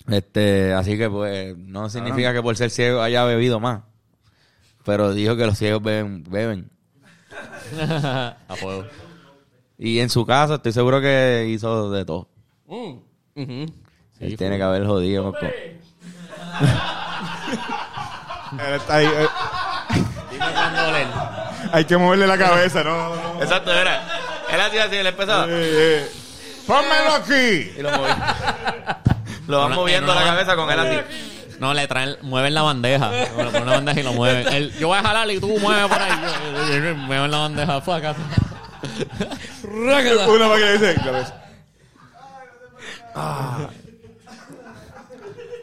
S4: Este, así que pues, no significa que por ser ciego haya bebido más. Pero dijo que los ciegos beben, beben.
S3: a fuego.
S4: Y en su casa estoy seguro que hizo de todo.
S2: Mm, ujú.
S4: Él tiene que haber jodido. con-
S1: Él está ahí, eh, hay que moverle la cabeza, ¿no? no, no.
S4: Exacto, era. Él hacía así, él empezaba.
S1: Eh, eh, ¡Pónmelo aquí!
S4: Y lo movía. lo van
S3: Una-
S4: moviendo
S3: en
S4: la
S3: una-
S4: cabeza con él así.
S3: No, le traen, mueven la bandeja. Como Le ponen la bandeja y lo mueven. Él, yo voy a jalar y tú mueves por ahí. Yo- yo- yo- Mueven la bandeja. Fue acá.
S2: Rácata.
S1: Una para que dice... la vez.
S2: A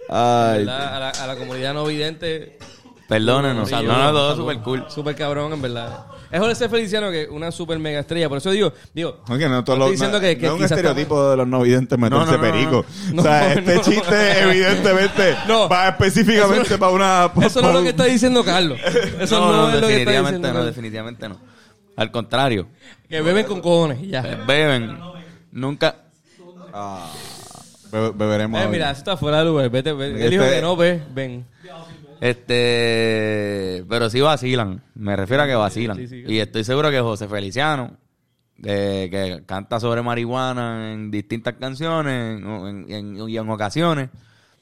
S1: Ay,
S2: la, a la- a la comunidad no vidente,
S4: Perdónenos. No,
S3: Saludos,
S4: no, todo
S3: saludos.
S4: súper cool.
S2: súper cabrón, en verdad. Es Jorge Feliciano que una súper mega estrella. Por eso digo, digo,
S1: Es que no, todos
S2: Estoy
S1: los-
S2: diciendo
S1: no-
S2: que- que
S1: no es un
S2: quizás
S1: estereotipo de los no videntes meterse
S4: No, no, no,
S1: perico.
S2: no.
S1: o sea,
S2: No,
S1: este
S2: no.
S1: chiste evidentemente
S2: No.
S1: va específicamente para una...
S2: eso no es lo que está diciendo Carlos. Eso no, es lo que está
S4: definitivamente
S2: diciendo.
S4: no,
S2: Carlos.
S4: definitivamente no. Al contrario, eh,
S2: que beben con cojones y
S1: Eh,
S2: ya. Eh,
S4: beben. Nunca.
S1: Ah, be- beberemos.
S2: Eh,
S1: hoy.
S2: mira, eso está fuera de lugar. Vete, vete. Él
S1: Este-
S2: dijo que no, ve, ven.
S4: Este. Pero sí vacilan. Me refiero a que vacilan.
S2: Sí, sí, sí.
S4: Y estoy seguro que José Feliciano, eh, que canta sobre marihuana en distintas canciones en- en- en- y en ocasiones,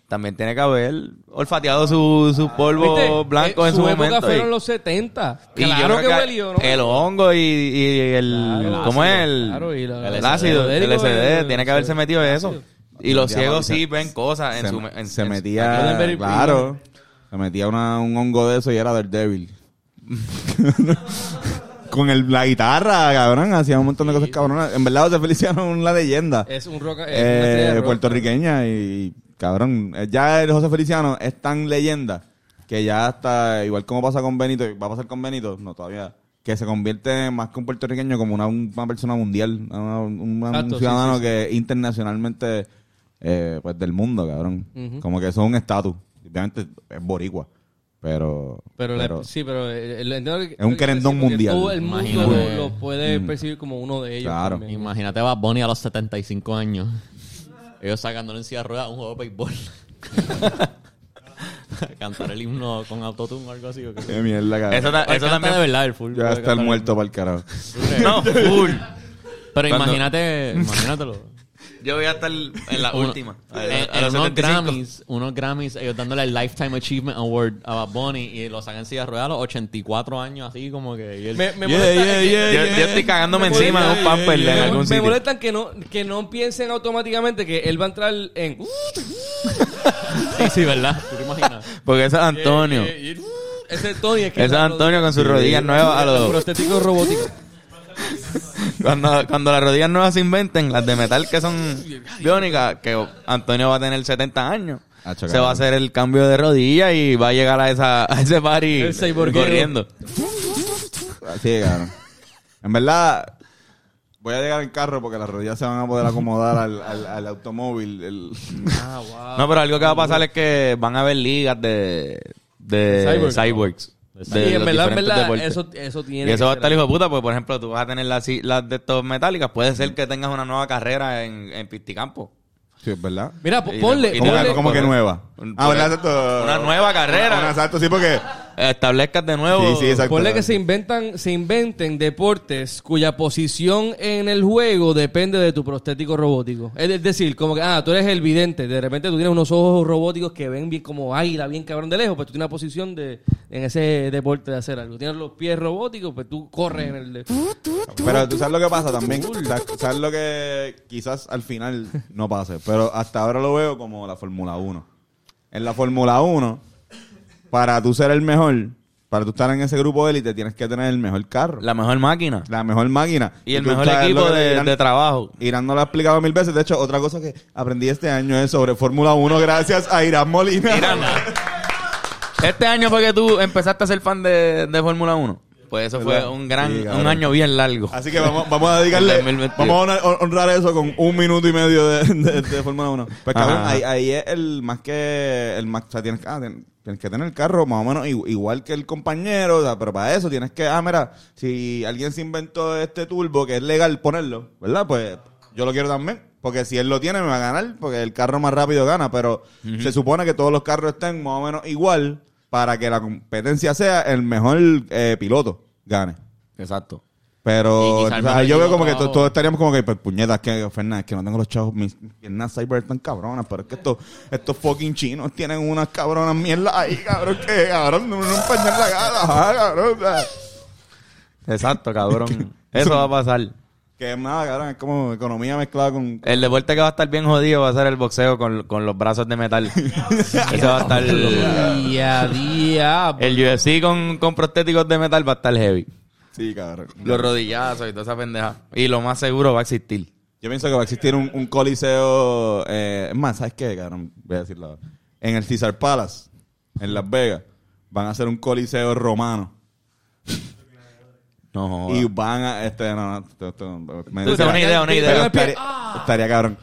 S4: también tiene que haber olfateado su, su polvo
S2: Ah, ¿Viste?
S4: blanco
S2: Eh,
S4: en su,
S2: época
S4: momento.
S2: fueron
S4: y-
S2: los 70.
S4: y yo
S2: claro
S4: creo
S2: que
S4: que
S2: huelió, ¿no?
S4: El hongo y, y el.
S2: Claro, ácido,
S4: ¿Cómo es? El,
S2: claro, y la-
S4: el ácido,
S2: el-
S4: el LSD. tiene que haberse
S2: el-
S4: metido eso. Y los
S1: Ya,
S4: ciegos
S1: se-
S4: sí ven cosas en
S1: se,
S4: su.
S1: me-
S4: en-
S1: se
S4: en-
S1: metía,
S2: Roddenberry-
S1: claro, se metía una- un hongo de eso y era del débil. Con el, la guitarra, cabrón, hacía un montón de cosas cabronas. En verdad, José Feliciano es una leyenda
S2: Es un rock. es una estrella de
S1: eh,
S2: rock.
S1: puertorriqueña y, cabrón, eh, ya el José Feliciano es tan leyenda que ya hasta, igual como pasa con Benito, y va a pasar con Benito, no todavía, que se convierte más que un puertorriqueño como una, una persona mundial, una- una-
S2: Exacto,
S1: un
S2: sí,
S1: ciudadano
S2: sí, sí.
S1: que internacionalmente, eh, pues del mundo, cabrón.
S2: Ujú.
S1: Como que eso es un estatus. Obviamente es boricua, pero...
S2: Pero, la-
S1: pero-
S2: sí, pero eh, el- entiendo que-
S1: un querendón
S2: porque
S1: mundial. Mm.
S2: Todo el mundo
S3: Imagínate.
S2: lo, lo puede percibir como uno de ellos.
S1: Claro.
S2: también.
S3: Imagínate a Bad Bunny a los 75 años. Ellos sacándole en silla de ruedas un juego de béisbol. Cantar el himno con autotune o algo así. ¿o qué?
S1: Qué mierda, cabrón.
S4: Eso, ta-
S3: Él
S4: eso
S3: canta
S4: también.
S3: de verdad el full.
S1: ya
S3: puede
S1: está el
S3: cantar
S1: muerto para el carajo.
S4: No, full.
S3: Pero
S4: Cuando-
S3: imagínate, imagínatelo.
S4: Yo voy a estar en la
S3: Uno-
S4: última.
S3: En,
S4: A- a
S3: en
S4: los
S3: unos
S4: 75.
S3: Grammys, unos Grammys, ellos dándole el Lifetime Achievement Award a Bad Bunny y lo sacan en silla de ruedas a los 84 años, así como que. y él-
S2: Me, me
S1: Yeah,
S2: molesta
S1: yeah,
S2: que-
S1: yeah,
S4: Yo, yo estoy cagándome
S2: Me
S4: encima de
S2: molesta-
S4: un pamper
S2: me-
S4: en algún
S2: me
S4: sitio.
S2: molestan que no, que no piensen automáticamente que él va a entrar en.
S3: Sí, sí, ¿verdad? ¿Tú te imaginas?
S4: Porque ese es Antonio.
S2: Eh, eh, eh, ese es Tony.
S4: Ese es Antonio con sus rodillas nuevas. A
S2: Los
S4: los,
S2: prostéticos robóticos.
S4: cuando, cuando las rodillas nuevas se inventen, las de metal que son biónicas, que Antonio va a tener 70 años.
S1: Ah,
S4: se va a hacer el cambio de rodilla y va a llegar a, esa, a ese party
S2: El cyborguero.
S4: corriendo.
S1: Así llegaron. En verdad, voy a llegar en carro porque las rodillas se van a poder acomodar al, al, al automóvil. el-
S4: Ah, No, pero algo que va a pasar es que van a haber ligas de, de
S2: Cyborg.
S4: cyborgs.
S2: Sí, en
S4: los
S2: verdad, en
S4: diferentes
S2: verdad,
S4: deportes.
S2: eso, eso tiene
S4: Y
S2: que
S4: eso va a
S2: ser
S4: estar hijo de puta, porque por ejemplo, tú vas a tener las, las de estos metálicas, puede ser que tengas una nueva carrera en, en Pisticampo.
S1: Sí, es verdad.
S2: Mira, po-
S4: Y
S2: ponle,
S4: de- y
S1: ¿Cómo,
S2: ponle-
S1: que, cómo que
S4: por-
S1: nueva?
S4: por-
S1: Ah, ¿verdad? Exacto.
S4: Una nueva carrera.
S1: Una- exacto, sí, porque...
S4: Establezcas de nuevo.
S1: Sí, sí, exacto.
S2: ponle que se inventan, se inventen deportes cuya posición en el juego depende de tu prostético robótico. Es de- es decir, como que, ah, tú eres el vidente, de repente tú tienes unos ojos robóticos que ven bien como águila, bien cabrón de lejos, pues tú tienes una posición de, en ese deporte de hacer algo. Tienes los pies robóticos, pues tú corres en el... de-
S1: Pero tú sabes lo que pasa también. Sabes- Sabes lo que quizás al final no pase. Pero hasta ahora lo veo como la Fórmula 1. En la Fórmula 1, para tú ser el mejor, para tú estar en ese grupo de élite, tienes que tener el mejor carro. La,
S4: La mejor máquina.
S1: mejor máquina.
S4: Y el
S1: tú
S4: mejor
S1: sabes lo
S4: equipo
S1: que
S4: de,
S1: Irán-
S4: de trabajo.
S1: Irán no lo ha explicado mil veces. De hecho, otra cosa que aprendí este año es sobre Fórmula 1 gracias a Irán Molina.
S4: Irán. Este año fue que tú empezaste a ser fan de, de Fórmula 1. Pues eso fue
S1: ¿Verdad?
S4: un gran,
S1: Sí, cabrón.
S4: un año bien largo.
S1: Así que vamos, vamos a dedicarle.
S4: 2022.
S1: vamos a hon- honrar eso con un minuto y medio de, de, de Fórmula 1. Pues cabrón,
S4: Ajá.
S1: ahí, ahí es el más que. El más, o sea, tienes, que- ah, tien- tienes que tener el carro más o menos i- igual que el compañero. o sea, pero para eso tienes que. Ah, mira, si alguien se inventó este turbo que es legal ponerlo, ¿verdad? Pues yo lo quiero también. Porque si él lo tiene, me va a ganar. Porque el carro más rápido gana. Pero se supone que todos los carros estén más o menos igual para que la competencia sea el mejor eh, piloto gane.
S4: Exacto.
S1: Pero
S3: Y
S1: o
S3: quizá el
S1: sea,
S3: mejor
S1: yo veo
S3: equipo
S1: como que to-
S3: abajo.
S1: todos estaríamos como que, pues, puñetas, que Fernández, que no tengo los chavos, mis piernas cyber están cabronas, pero es que estos, estos fucking chinos tienen unas cabronas mierdas ahí, cabrón, que cabrón, no no empañan la cara, ajá, cabrón. o sea.
S4: Exacto, cabrón. eso va a pasar.
S1: Que nada, cabrón, es como economía mezclada con.
S4: El deporte que va a estar bien jodido va a ser el boxeo con, con los brazos de metal. Eso va a estar. El
S5: Día, día.
S4: UFC con, con prostéticos de metal va a estar heavy.
S1: Sí, cabrón.
S4: Los rodillazos y toda esa pendeja. Y lo más seguro va a existir.
S1: Yo pienso que va a existir un, un coliseo. Eh, es más, ¿sabes qué, cabrón? Voy a decirlo ahora. En el Caesar Palace, en Las Vegas, van a hacer un coliseo romano.
S4: No
S1: Y van a. Este, no, no, esto- esto- me-
S4: Tú, una idea, una
S1: Pero
S4: idea.
S1: estaría,
S4: Ah.
S1: estaría cabrón.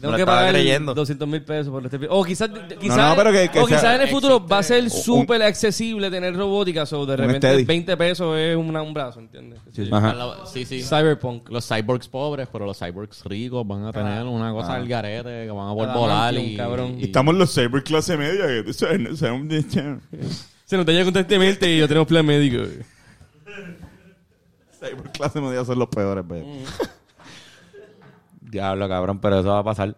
S2: Tengo
S4: lo
S2: que
S4: estaba
S2: pagar
S4: creyendo.
S2: 200 mil pesos por este O quizás, quizás,
S1: no, pero que- que
S2: o
S1: sea-
S2: quizás en el futuro va a ser
S1: un-
S2: súper accesible tener robótica. O de
S1: steady.
S2: repente 20 pesos es una- un brazo, ¿entiendes?
S1: Ajá.
S3: Ah, Sí, sí.
S2: Cyberpunk.
S3: Los cyborgs pobres, pero los cyborgs ricos van
S4: Ah,
S3: a tener una cosa al garete que van a poder
S2: Adamantium,
S3: volar y,
S2: cabrón.
S3: y-
S1: Estamos los cyber clase media. Que, tú sabes, no sabemos de qué.
S2: Se nos llega constantemente y yo tenemos plan médico. güey.
S1: cyber clase media son los peores, pues. baby.
S4: Mm. Diablo, cabrón, pero eso va a pasar.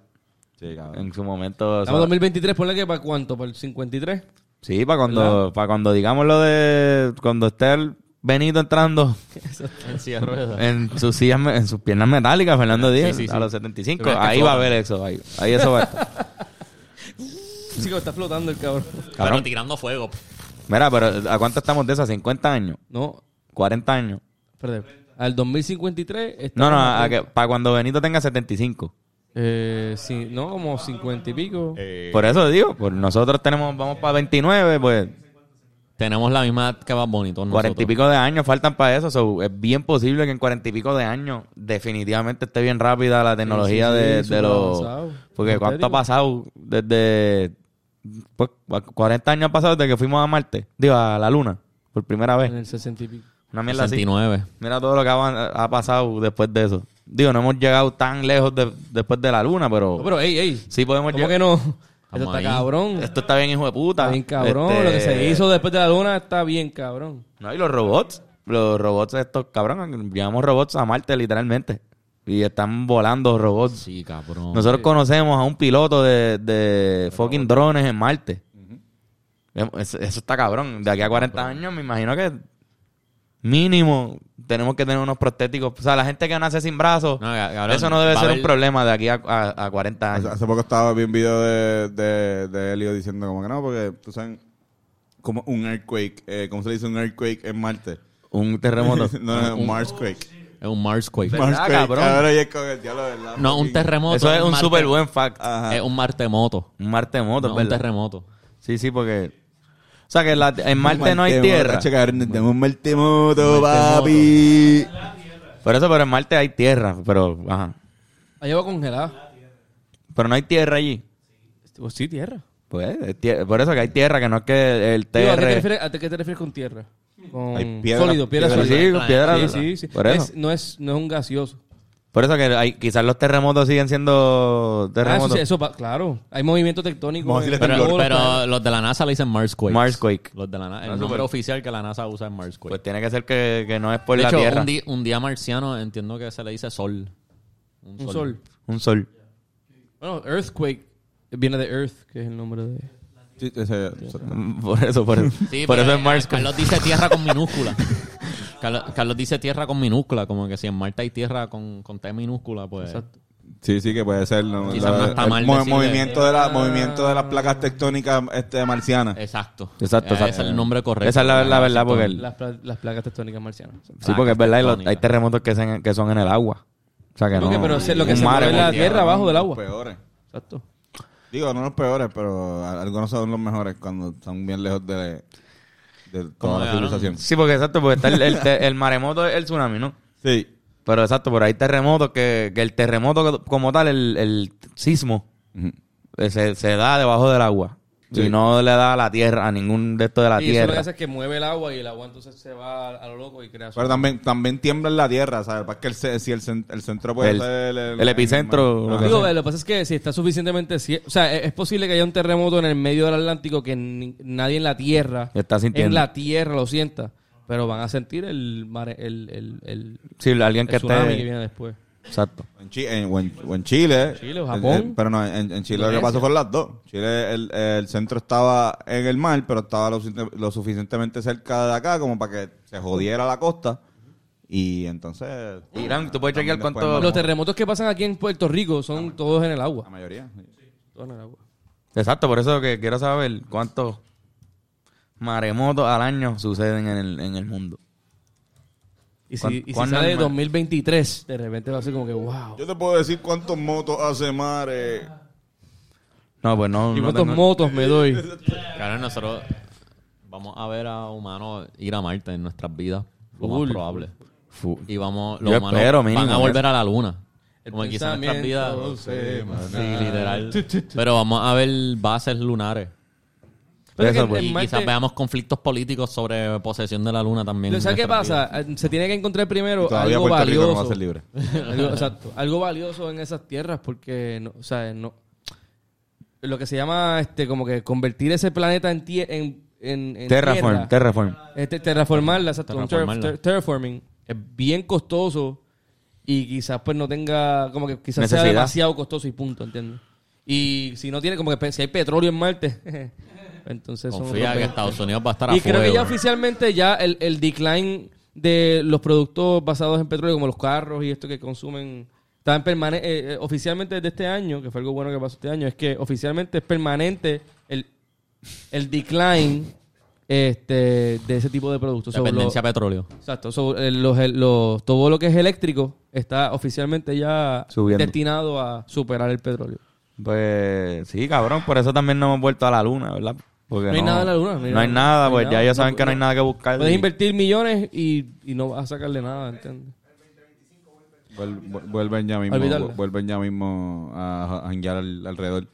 S1: Sí, cabrón.
S4: En su momento. eso
S2: Estamos en
S4: va-
S2: 2023, ponle que para cuánto, para el 53.
S4: Sí, para cuando, para cuando digamos lo de. Cuando esté el Benito entrando
S3: en silla de ruedas.
S4: en sus, sillas me- en sus piernas metálicas, Fernando Díaz,
S3: sí, sí.
S4: a los 75.
S3: Pero es que
S4: Ahí va
S3: flotan.
S4: a haber eso. Ahí, ahí eso va a estar.
S2: Sí, que está flotando el cabrón.
S3: Pero tirando fuego.
S4: Mira, pero ¿a cuánto estamos de esas? ¿50 años?
S2: No,
S4: ¿40 años?
S2: espérate. Al 2053
S4: No,
S2: estamos
S4: no, a- a
S2: en-
S4: que- para cuando Benito tenga 75.
S2: Eh, sí, no, como 50 y pico.
S4: Por eso digo, por nosotros tenemos, vamos para 29, pues
S3: Tenemos la misma que va bonito.
S4: 40 y pico de años faltan para eso. so, es bien posible que en 40 y pico de años definitivamente esté bien rápida la tecnología
S2: sí,
S4: de- de,
S2: súper
S4: los...
S2: avanzado.
S4: Porque
S2: Súper
S4: cuánto ha
S2: técnico.
S4: pasado desde... Pues 40 años han pasado desde que fuimos a Marte, digo, a la Luna, por primera
S2: En
S4: vez.
S2: el 60 Eh, y pico.
S4: Una mierda así.
S3: 69.
S4: Mira todo lo que ha, ha pasado después de eso. Digo, no hemos llegado tan lejos de- después de la Luna, pero...
S2: No, pero, ey, ey.
S4: sí podemos
S2: ¿Cómo que
S4: llegar.
S2: no? Eso está
S3: ahí.
S2: cabrón.
S4: Esto está bien, hijo de puta.
S2: Está bien cabrón.
S4: Este,
S2: Lo que se hizo después de la luna está bien cabrón.
S4: No, y los robots. Los robots estos, cabrón. Llevamos robots a Marte, literalmente. Y están volando robots.
S3: Sí, cabrón.
S4: Nosotros conocemos a un piloto de, de fucking drones en Marte. eso, eso está cabrón. De aquí a 40 años, me imagino que mínimo tenemos que tener unos prostéticos. O sea, la gente que nace sin brazos,
S3: No, ca- cabrón,
S4: eso no debe
S3: va a
S4: ser un
S3: haber-
S4: problema de aquí a, a- a 40
S1: Hace,
S4: años.
S1: hace poco estaba vi un video de, de, de Elio diciendo como que no, porque tú sabes, como un earthquake. Eh, ¿Cómo se le dice un earthquake en Marte?
S4: Un terremoto.
S1: no, no, un Marsquake.
S3: Es un Marsquake.
S4: Oh, ¿Verdad,
S1: Marsquake.
S4: cabrón?
S1: Cabrón, y es como que, diablo, ¿verdad?
S3: No, un
S1: Fucking-
S3: terremoto.
S4: eso es un
S3: marte-
S4: súper buen fact.
S1: Ajá.
S3: Es un martemoto.
S4: Un martemoto,
S3: No,
S4: ¿verdad?
S3: un terremoto.
S4: Sí, sí, porque. O sea, que la- en Marte no hay
S1: Martemoto,
S4: tierra.
S1: che, cabrón, tenemos un martemoto, papi.
S4: Por eso, pero en Marte hay tierra. Pero, ajá.
S2: Allá va congelada.
S4: Pero no hay tierra allí.
S2: Pues sí, tierra.
S4: Pues, es tie- por eso que hay tierra, que no es que el TR...
S2: Digo, ¿a, qué te refieres, a qué te refieres con tierra? Con
S1: Hay piedra-
S2: sólido, piedra,
S1: piedra-
S2: sólida.
S4: Sí, con piedra-
S2: Sí, sí, sí.
S4: por eso.
S2: Es- no, es, no es un gaseoso.
S4: Por eso que hay, quizás los terremotos siguen siendo
S2: Ah, eso,
S4: terremotos.
S2: sí, eso pa- claro. Hay movimiento tectónico.
S1: Vamos a decirle
S2: en-
S1: temblor.
S2: todos
S3: Pero,
S2: los
S3: pero
S2: planetas.
S3: los de la NASA le dicen Marsquake.
S4: Marsquake.
S2: Pues,
S3: Los de la NASA. El
S4: Ah,
S3: nombre
S4: súper.
S3: oficial que la NASA usa es Marsquake.
S4: Pues tiene que ser que, que no es por
S3: de
S4: la
S3: hecho,
S4: tierra.
S3: un, di- un día marciano entiendo que se le dice sol.
S2: un sol.
S4: Un sol.
S2: Bueno, earthquake viene de earth, que es el nombre de...
S1: Sí, ese- Mm, ese-
S4: Por eso, por eso.
S3: Sí,
S4: por
S3: pero,
S4: eso es
S3: eh,
S4: Marsquake.
S3: Carlos dice tierra con minúscula. Carlos, Carlos dice tierra con minúscula, como que si en Marte hay tierra con, con T minúscula, pues.
S2: Exacto.
S1: Sí, sí, que puede ser. ¿no?
S3: Quizás no está
S1: el
S3: mal
S1: mo-
S3: decirle.
S1: movimiento, de la, movimiento de las placas tectónicas este, marcianas.
S3: Exacto.
S2: Ah,
S3: Eh,
S4: Exacto, exacto.
S3: Ese es el nombre correcto.
S4: Esa es la, la verdad, Ah, porque... el-
S2: Las, pla- las placas tectónicas marcianas.
S4: sí, porque es verdad, y los- hay
S3: tectónica.
S4: terremotos que, se- que son en el agua. O sea, que
S2: Lo
S4: no...
S2: que- pero se- lo que
S4: un
S2: se
S4: mar
S2: mueve
S4: es
S2: la
S4: un-
S2: tierra abajo del agua.
S1: Los peores.
S2: Exacto.
S1: Digo, no los peores, pero a- algunos son los mejores cuando están bien lejos de, de
S3: Como
S1: toda la
S3: de Aaron.
S1: civilización.
S4: Sí, porque exacto, porque está el, el, te- el maremoto es el tsunami, ¿no?
S1: Sí.
S4: Pero exacto, pero hay terremotos que, que el terremoto como tal, el, el sismo,
S1: Ujú.
S4: eh, se, se da debajo del agua.
S1: Sí.
S4: Y no le da a la tierra, a ningún de estos de la
S2: Y eso lo que
S4: tierra.
S2: hace es que mueve el agua y el agua entonces se va a, a lo loco y crea...
S1: Pero también, también tiembla en la tierra, ¿sabes? Para que el, ce- si el, cen- el centro puede
S4: El-
S1: ser Ah.
S4: el epicentro, lo que
S2: Digo,
S4: sea.
S2: eh, lo que pasa es que si está suficientemente... cie- o sea, e, es, es posible que haya un terremoto en el medio del Atlántico que ni- nadie en la Tierra...
S4: Está sintiendo.
S2: En la Tierra lo sienta. Pero van a sentir el... mare- el, el, el-
S4: Sí, alguien
S2: el
S4: que
S2: tsunami
S4: esté...
S2: que viene después.
S4: Exacto.
S1: En, Chi- en- o en- o en Chile.
S2: Chile o Japón.
S1: Eh, eh, pero no, en, en Chile lo que pasó fueron las dos. Chile, el, el centro estaba en el mar, pero estaba lo, sufici- lo suficientemente cerca de acá como para que se jodiera la costa. Y entonces.
S4: Irán, ¿tú puedes chequear
S1: También
S4: cuánto-
S1: después,
S2: Los terremotos que pasan aquí en Puerto Rico son todos en el
S1: La
S2: agua.
S1: mayoría.
S2: Todos en el agua.
S4: Exacto, por eso que quiero saber cuántos maremotos al año suceden en el, en el mundo.
S2: Y
S4: ¿Cuán-
S2: si, y si
S4: cuán
S2: sale
S4: normal?
S2: 2023, de repente va a ser como que wow.
S1: Yo te puedo decir cuántos motos hace eh, mares.
S4: No, pues no...
S2: ¿Y
S4: no
S2: cuántos
S4: tengo-
S2: motos me doy?
S3: Claro, nosotros vamos a ver a humanos ir a Marte en nuestras vidas. Lo más
S2: Full.
S3: probable.
S4: Fu-
S3: Y vamos, los
S4: Yo
S3: humanos
S4: espero,
S3: van a
S4: mínimo, ¿eh?
S3: volver a la luna.
S2: El
S3: Como quizás nuestras vidas.
S2: pensamiento
S3: Sí,
S2: semanal.
S3: literal. Pero vamos a ver bases lunares.
S2: Pero es que
S4: Eso,
S2: en-
S4: pues.
S2: en
S3: Y
S2: Marte-
S3: quizás veamos conflictos políticos sobre posesión de la luna también.
S2: ¿Sabes qué
S3: en nuestras
S2: pasa? Eh, Se tiene que encontrar primero
S1: Todavía
S2: algo
S1: Puerto Rico
S2: valioso.
S1: no va a ser libre.
S2: Algo, exacto. Algo valioso en esas tierras porque, no, o sea, no... Lo que se llama, este, como que convertir ese planeta en... tie- en, en- en
S4: Terraform,
S2: tierra.
S4: terraform.
S2: Este, terraformarla, exacto. un ter-
S3: Terraformarla.
S2: ter- terraforming es bien costoso y quizás pues no tenga, como que quizás sea
S4: Necesidad.
S2: demasiado costoso y punto, ¿entiendes? Y si no tiene, como que pe- si hay petróleo en Marte, entonces son
S3: Confía
S2: otros
S3: que
S2: 20.
S3: Estados Unidos va a estar a
S2: Y creo que
S3: fuego.
S2: ya oficialmente ya el, el decline de los productos basados en petróleo, como los carros y esto que consumen, está en permane- eh, eh, oficialmente desde este año, que fue algo bueno que pasó este año, es que oficialmente es permanente el, el decline este, de ese tipo de productos. So,
S3: Dependencia
S2: lo-
S3: a petróleo.
S2: Exacto. So, eh, los, el- los- todo lo que es eléctrico está oficialmente ya
S4: Subiendo.
S2: destinado a superar el petróleo.
S4: Pues sí, cabrón, por eso también no hemos vuelto a la luna, ¿verdad? Porque
S2: No hay nada en la luna,
S4: No hay, nada, pues ya ellos saben que no hay nada que buscar.
S2: Puedes
S4: y-
S2: invertir millones y, y no vas a sacarle nada, ¿entiendes?
S1: Vuel- vu- Vuelven ya mismo,
S2: Olvidarlo.
S1: vu- vuelven ya mismo a a janguear al- alrededor.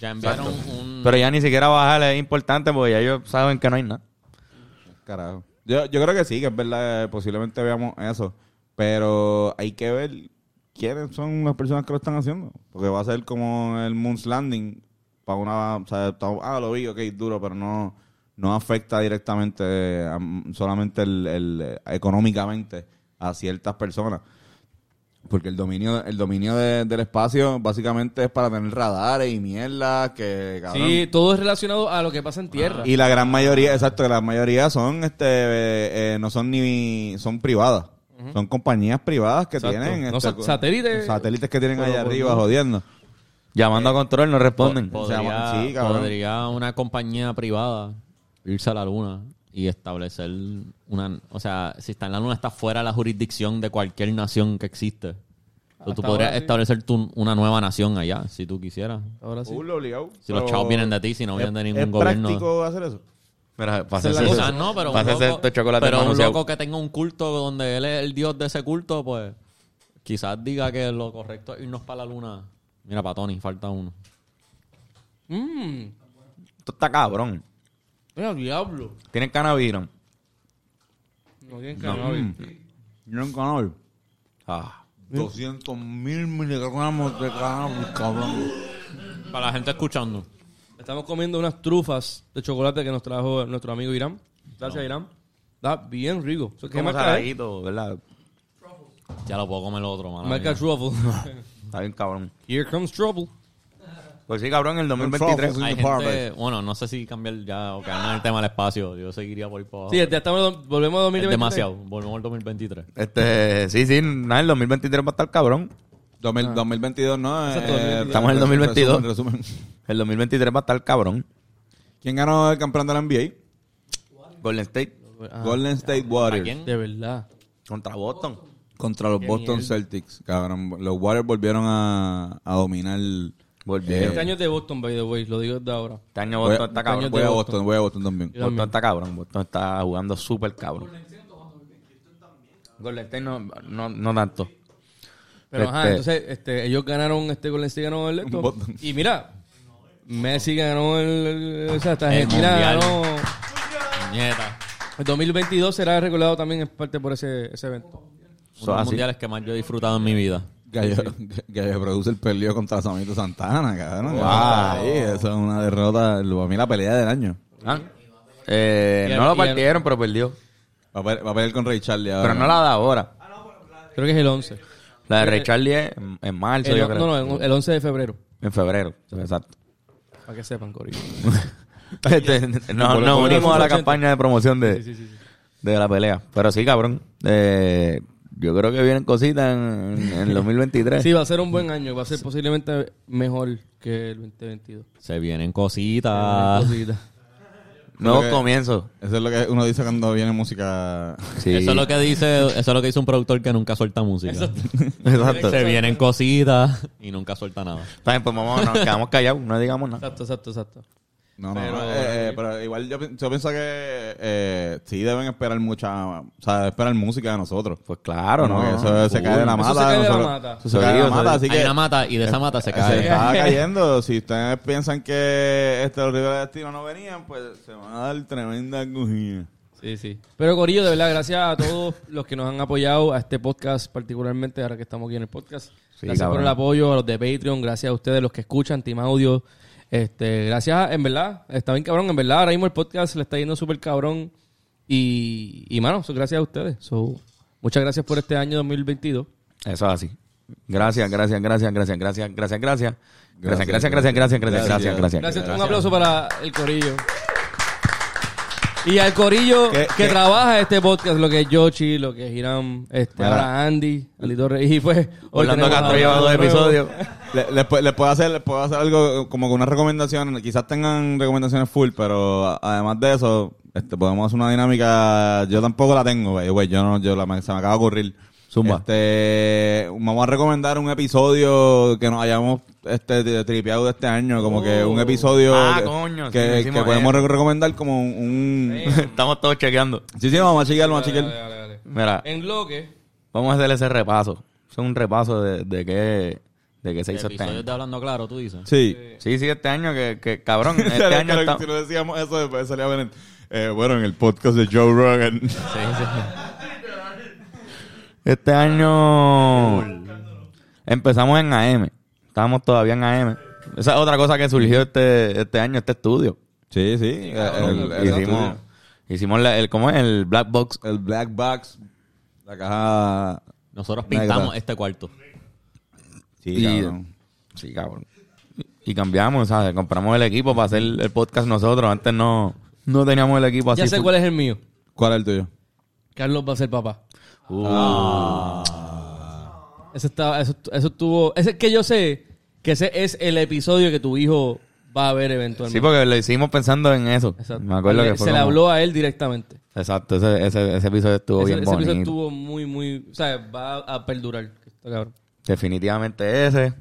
S3: Ya enviaron un...
S4: Pero ya ni siquiera bajar es importante porque ya ellos saben que no hay nada.
S1: Carajo. Yo, yo creo que sí, que es verdad, eh, posiblemente veamos eso. Pero hay que ver quiénes son las personas que lo están haciendo. Porque va a ser como el Moon's Landing. Para una, o sea, estamos, ah, lo vi, ok, duro, pero no, no afecta directamente, a- solamente el, el, eh, económicamente a ciertas personas. Porque el dominio, el dominio de- del espacio básicamente es para tener radares y mierda que cabrón,
S2: Sí, todo es relacionado a lo que pasa en tierra.
S1: y la gran mayoría, exacto, la mayoría son, este, eh, eh, no son ni, son privadas. Son compañías privadas que
S2: Exacto.
S1: tienen.
S2: No,
S1: este,
S2: sa- satélites.
S1: Satélites que tienen
S2: Pero
S1: allá
S2: por
S1: arriba
S2: no.
S1: jodiendo.
S4: Llamando
S2: Eh,
S4: a control no responden.
S1: po-
S3: Podría,
S1: Se llama- sí, cabrón.
S3: podría una compañía privada irse a la luna y establecer una... O sea, si está en la luna, está fuera de la jurisdicción de cualquier nación que existe. O tú
S2: Hasta
S3: podrías
S2: ahora sí.
S3: establecer tu- una nueva nación allá, si tú quisieras.
S2: Ahora sí.
S3: Si los chavos vienen de ti, si no vienen de ningún
S1: ¿Es
S3: gobierno.
S1: práctico hacer eso?
S4: Mira,
S2: Esa
S4: pasa
S2: es la
S4: ese-
S2: cosa.
S3: Quizás no, pero un
S4: pasa ese
S3: loco,
S4: chocolate
S3: pero un
S4: manuseado.
S3: loco que tenga un culto donde él es el dios de ese culto, pues quizás diga que lo correcto es irnos para la luna. Mira, para Tony, falta uno.
S2: Mm.
S4: Esto está cabrón.
S2: Mira, diablo.
S4: Tienen cannabis.
S2: No tienen cannabis.
S1: Yo en canal.
S4: Ah.
S1: 200 mil miligramos de cannabis, cabrón.
S3: Para la gente escuchando.
S2: Estamos comiendo unas trufas de chocolate que nos trajo nuestro amigo Irán. Gracias, Irán. Está bien rico. Eso, ¿Qué
S4: Como
S2: marca es?
S4: saladito, ¿verdad?
S3: Ya lo puedo comer otro, mano.
S2: Marca Truffle.
S4: Está bien cabrón.
S2: Here comes trouble.
S4: Pues sí, cabrón, en el
S1: Control.
S4: 2023.
S3: Hay gente,
S1: Department.
S3: bueno, no sé si cambiar ya o ganar el tema del espacio. Yo seguiría por ahí para abajo.
S2: Sí, ya estamos, volvemos a 2023.
S3: Oh. es demasiado. Volvemos al 2023.
S4: Este, sí, sí, nada, el 2023 va a estar cabrón.
S1: 2000
S3: Ah.
S1: 2022, ¿no?
S2: Exacto,
S1: Eh,
S2: 2022.
S4: Estamos en el 2022.
S1: Resumen, resumen.
S4: El 2023 va a estar cabrón.
S1: ¿Quién ganó el campeón de la NBA?
S4: Golden State
S2: Ah,
S1: Golden State
S3: ¿A
S1: Warriors.
S3: quién?
S2: De verdad.
S4: contra Boston.
S1: Contra los Boston Celtics, cabrón. Los Warriors volvieron a, a dominar.
S4: Volvieron.
S1: Eh.
S2: Este año es de Boston, by the way. Lo digo desde ahora.
S4: Este año
S1: Voy,
S4: Boston está
S1: voy
S4: cabrón.
S1: a Boston, voy a Boston también.
S4: Boston está cabrón. Boston está jugando súper cabrón. Golden State no, no, no tanto.
S2: Pero ajá,
S4: Este-
S2: entonces este, ellos ganaron, este Golden State ganó el esto.
S1: Boston.
S2: Y mira, Messi ganó el... el- o sea, hasta Argentina
S3: Mundial.
S2: ganó...
S3: Nieta.
S2: El 2022 será recordado también en parte por ese, ese evento.
S3: Uno
S4: So,
S3: de los
S4: así.
S3: mundiales que más yo he disfrutado en mi vida.
S1: Gallo, Gallo produce el perdió contra Samito Santana, cabrón.
S4: Wow.
S1: Ay, eso es una derrota. Para mí la pelea del año.
S4: Ah, eh,
S2: Y el-
S4: no
S2: y el-
S4: lo partieron, pero perdió.
S1: Va a, pe- va a pelear con Ray Charlie ahora.
S4: Pero no la da ahora.
S2: Creo que es el 11.
S4: La de Ray Charlie es en, en marzo,
S2: El-
S4: yo
S2: Eh, no,
S4: creo.
S2: no, el 11 de febrero.
S4: En febrero, exacto.
S2: Para que sepan, Corillo.
S4: Este, no,
S1: Por-
S4: nos
S1: por-
S4: unimos a la
S2: 80.
S4: campaña de promoción de, de la pelea. Pero sí, cabrón. eh, yo creo que vienen cositas en, en el 2023.
S2: Sí, va a ser un buen año. Va a ser posiblemente mejor que el 2022.
S3: Se vienen
S4: Ah.
S3: cositas.
S2: Cositas.
S4: Nuevos
S1: Creo que-
S4: comienzos.
S1: Eso es lo que uno dice cuando viene música.
S4: Sí.
S3: Eso es lo que dice, eso es lo que dice un productor que nunca suelta música.
S4: Exacto.
S3: Se vienen cositas y nunca suelta nada.
S4: Está bien, pues vamos, nos quedamos callados, no digamos nada.
S2: Exacto, exacto, exacto.
S1: No, no,
S2: Pero-
S1: no, eh, eh, pero igual yo, pi- yo pienso que eh, sí deben esperar mucha, o sea, esperar música de nosotros.
S4: Pues claro,
S1: Como
S4: ¿no?
S1: que eso se cae de la
S2: Eso
S1: mata.
S2: se cae de la
S1: nosotros-
S2: mata.
S1: Eso se cae de la
S4: Seguido,
S1: mata, así
S4: seguido.
S3: Hay
S1: que
S3: una mata y de esa mata se
S1: se
S3: cae.
S1: estaba cayendo. Si ustedes piensan que este los rivales de destino no venían, pues se van a dar tremenda angustia.
S2: Sí, sí. Pero Corillo, de verdad, gracias a todos los que nos han apoyado a este podcast, particularmente ahora que estamos aquí en el podcast. gracias por
S4: cabrón.
S2: el apoyo a los de Patreon, gracias a ustedes los que escuchan Team Audio. Este, gracias, en verdad, está bien cabrón, en verdad, ahora mismo el podcast le está yendo súper cabrón y, y mano, so, gracias a ustedes. So, muchas gracias por este año 2022.
S4: Eso es así. Gracias, gracias, gracias, gracias, gracias, gracias, gracias. Gracias, gracias, gracias, gracias, gracias, gracias, gracias.
S2: Gracias, un aplauso para el Corillo. Y al Corillo
S1: ¿Qué-
S2: que
S1: qué?
S2: trabaja este podcast, lo que es Yoshi, lo que es Hiram, este,
S1: Mira.
S2: ahora Andy, Alito Reyes, y pues. hoy
S4: Orlando
S2: tenemos a
S4: Castro lleva dos
S2: Orlando
S4: episodios.
S1: Le- Les pu- les puedo hacer, les puedo hacer algo eh, como que unas recomendaciones. Quizás tengan recomendaciones full, pero a- además de eso, este, podemos hacer una dinámica. Yo tampoco la tengo, güey. Güey, Yo no, yo la, se me acaba de ocurrir.
S4: Zumba.
S1: Este, vamos a recomendar un episodio que nos hayamos este, tri- tripeado de este año. Como que un episodio
S4: Ah,
S1: que,
S4: coño, sí,
S1: que-
S4: lo
S1: que
S4: hicimos
S1: podemos
S4: ayer.
S1: re- recomendar como un... un-
S4: Estamos todos chequeando.
S1: Sí, sí, vamos a chequearlo, vamos a
S2: Dale,
S1: chequear.
S2: dale, dale.
S4: Mira,
S2: En lo que.
S4: vamos a hacer ese repaso. Es un repaso de, de qué de qué se hizo este
S3: Episodios
S4: año.
S3: de Hablando Claro, tú dices.
S1: Sí.
S4: Sí, sí, este año que, que cabrón, este
S1: Claro,
S4: año
S1: claro,
S4: está...
S1: Si no decíamos eso, después salía Benet. Eh, bueno, en el podcast de Joe Rogan.
S2: Ah,
S4: Este año empezamos en AM. Estábamos todavía en AM. Esa es otra cosa que surgió este, este año, este estudio.
S1: Sí, sí. eh, el,
S4: El-
S1: el-
S4: hicimos hicimos la- el, ¿cómo es? El Black Box.
S1: el Black Box, la caja.
S3: Nosotros
S1: Negra.
S3: pintamos este cuarto.
S1: Sí,
S4: Y-
S1: cabrón.
S4: Sí, cabrón. Y cambiamos, ¿sabes? Compramos el equipo para hacer el podcast nosotros. Antes no, no teníamos el equipo así.
S2: Ya sé cuál es el mío.
S1: ¿Cuál es el tuyo?
S2: Carlos va a ser papá.
S4: Uh.
S1: Ah.
S2: Ese estaba, eso, eso estuvo. Ese que yo sé que ese es el episodio que tu hijo va a ver
S4: Sí,
S2: eventualmente.
S4: porque lo hicimos pensando en eso.
S2: Exacto.
S4: Me acuerdo
S2: Le-
S4: que fue
S2: Se le
S4: como-
S2: habló a él directamente.
S4: Exacto, ese, ese, ese episodio estuvo
S2: Ese,
S4: bien
S2: ese
S4: bonito.
S2: episodio estuvo muy, muy. O sea, va a, a perdurar. Está cabrón.
S4: Definitivamente ese.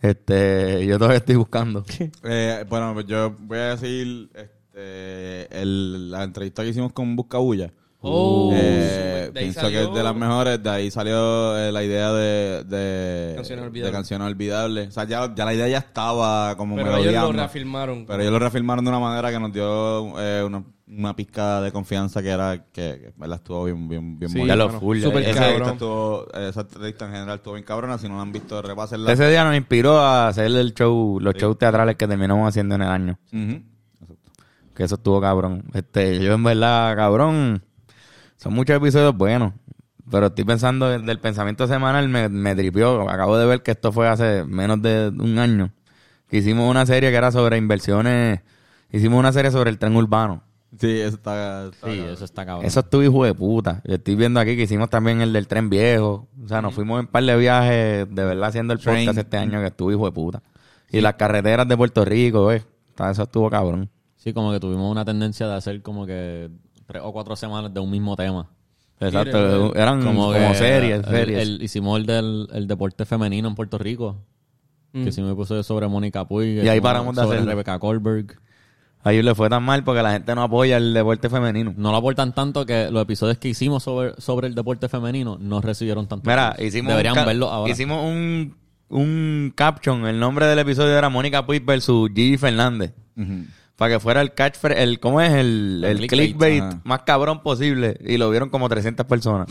S4: Este, yo todavía estoy buscando.
S1: Eh, bueno, pues yo voy a decir este, el- la entrevista que hicimos con Buscabulla.
S2: Oh,
S1: Eh,
S2: de ahí
S1: pienso
S2: salió-
S1: que es de las mejores. De ahí salió eh, la idea de, de,
S2: Canciones
S1: de
S2: olvidables.
S1: Canciones Olvidables. O sea, ya, ya la idea ya estaba como
S2: Pero ellos
S1: merodeando.
S2: lo reafirmaron.
S1: Pero ellos lo reafirmaron de una manera que nos dio eh, una, una pizca de confianza que era que, que, ¿verdad? estuvo bien, bien, bien
S2: Sí,
S1: bonita.
S4: Ya lo
S2: mano,
S4: full.
S2: súper
S1: Esa
S2: cabrón.
S1: entrevista estuvo- esa entrevista en general estuvo bien cabrona. Si no la han visto, repásenla.
S4: Ese día nos inspiró a hacer el show, los shows teatrales que terminamos haciendo en el año.
S1: Ujú.
S4: Que eso estuvo cabrón. Este, yo en verdad, cabrón, son muchos episodios buenos. Pero estoy pensando del del pensamiento semanal, me, me tripió. Acabo de ver que esto fue hace menos de un año. Que hicimos una serie que era sobre inversiones. Hicimos una serie sobre el tren urbano.
S1: Sí, eso está. está
S3: Sí,
S1: cabrón.
S3: eso está cabrón.
S4: Eso estuvo hijo de puta. Yo estoy viendo aquí que hicimos también el del tren viejo. O sea, nos fuimos en par de viajes de verdad haciendo el
S1: Train.
S4: podcast este año que estuvo hijo de puta. Y las carreteras de Puerto Rico, eh. Está- Eso estuvo cabrón.
S3: Sí, como que tuvimos una tendencia de hacer como que tres o cuatro semanas de un mismo tema.
S4: Exacto. Eran Mm, como,
S3: que
S4: series,
S3: el-
S4: series.
S3: el- hicimos el del el deporte femenino en Puerto Rico. Que hicimos un episodio sobre Mónica Puig.
S4: Mm. Y ahí
S3: hicimos
S4: paramos de
S3: sobre
S4: hacerlo.
S3: Rebecca Colberg.
S4: Ahí le fue tan mal porque la gente no apoya el deporte femenino.
S3: No lo aportan tanto que los episodios que hicimos sobre, sobre el deporte femenino no recibieron tanto.
S4: Mira, hicimos
S3: Deberían
S4: un ca-
S3: verlo ahora.
S4: Hicimos un, un caption. El nombre del episodio era Mónica Puig versus Gigi Fernández.
S1: Ujú.
S4: Para que fuera el catch, el, ¿cómo es? El,
S3: El
S4: el clickbait,
S3: clickbait,
S1: ajá.
S4: más cabrón posible. Y lo vieron como 300 personas.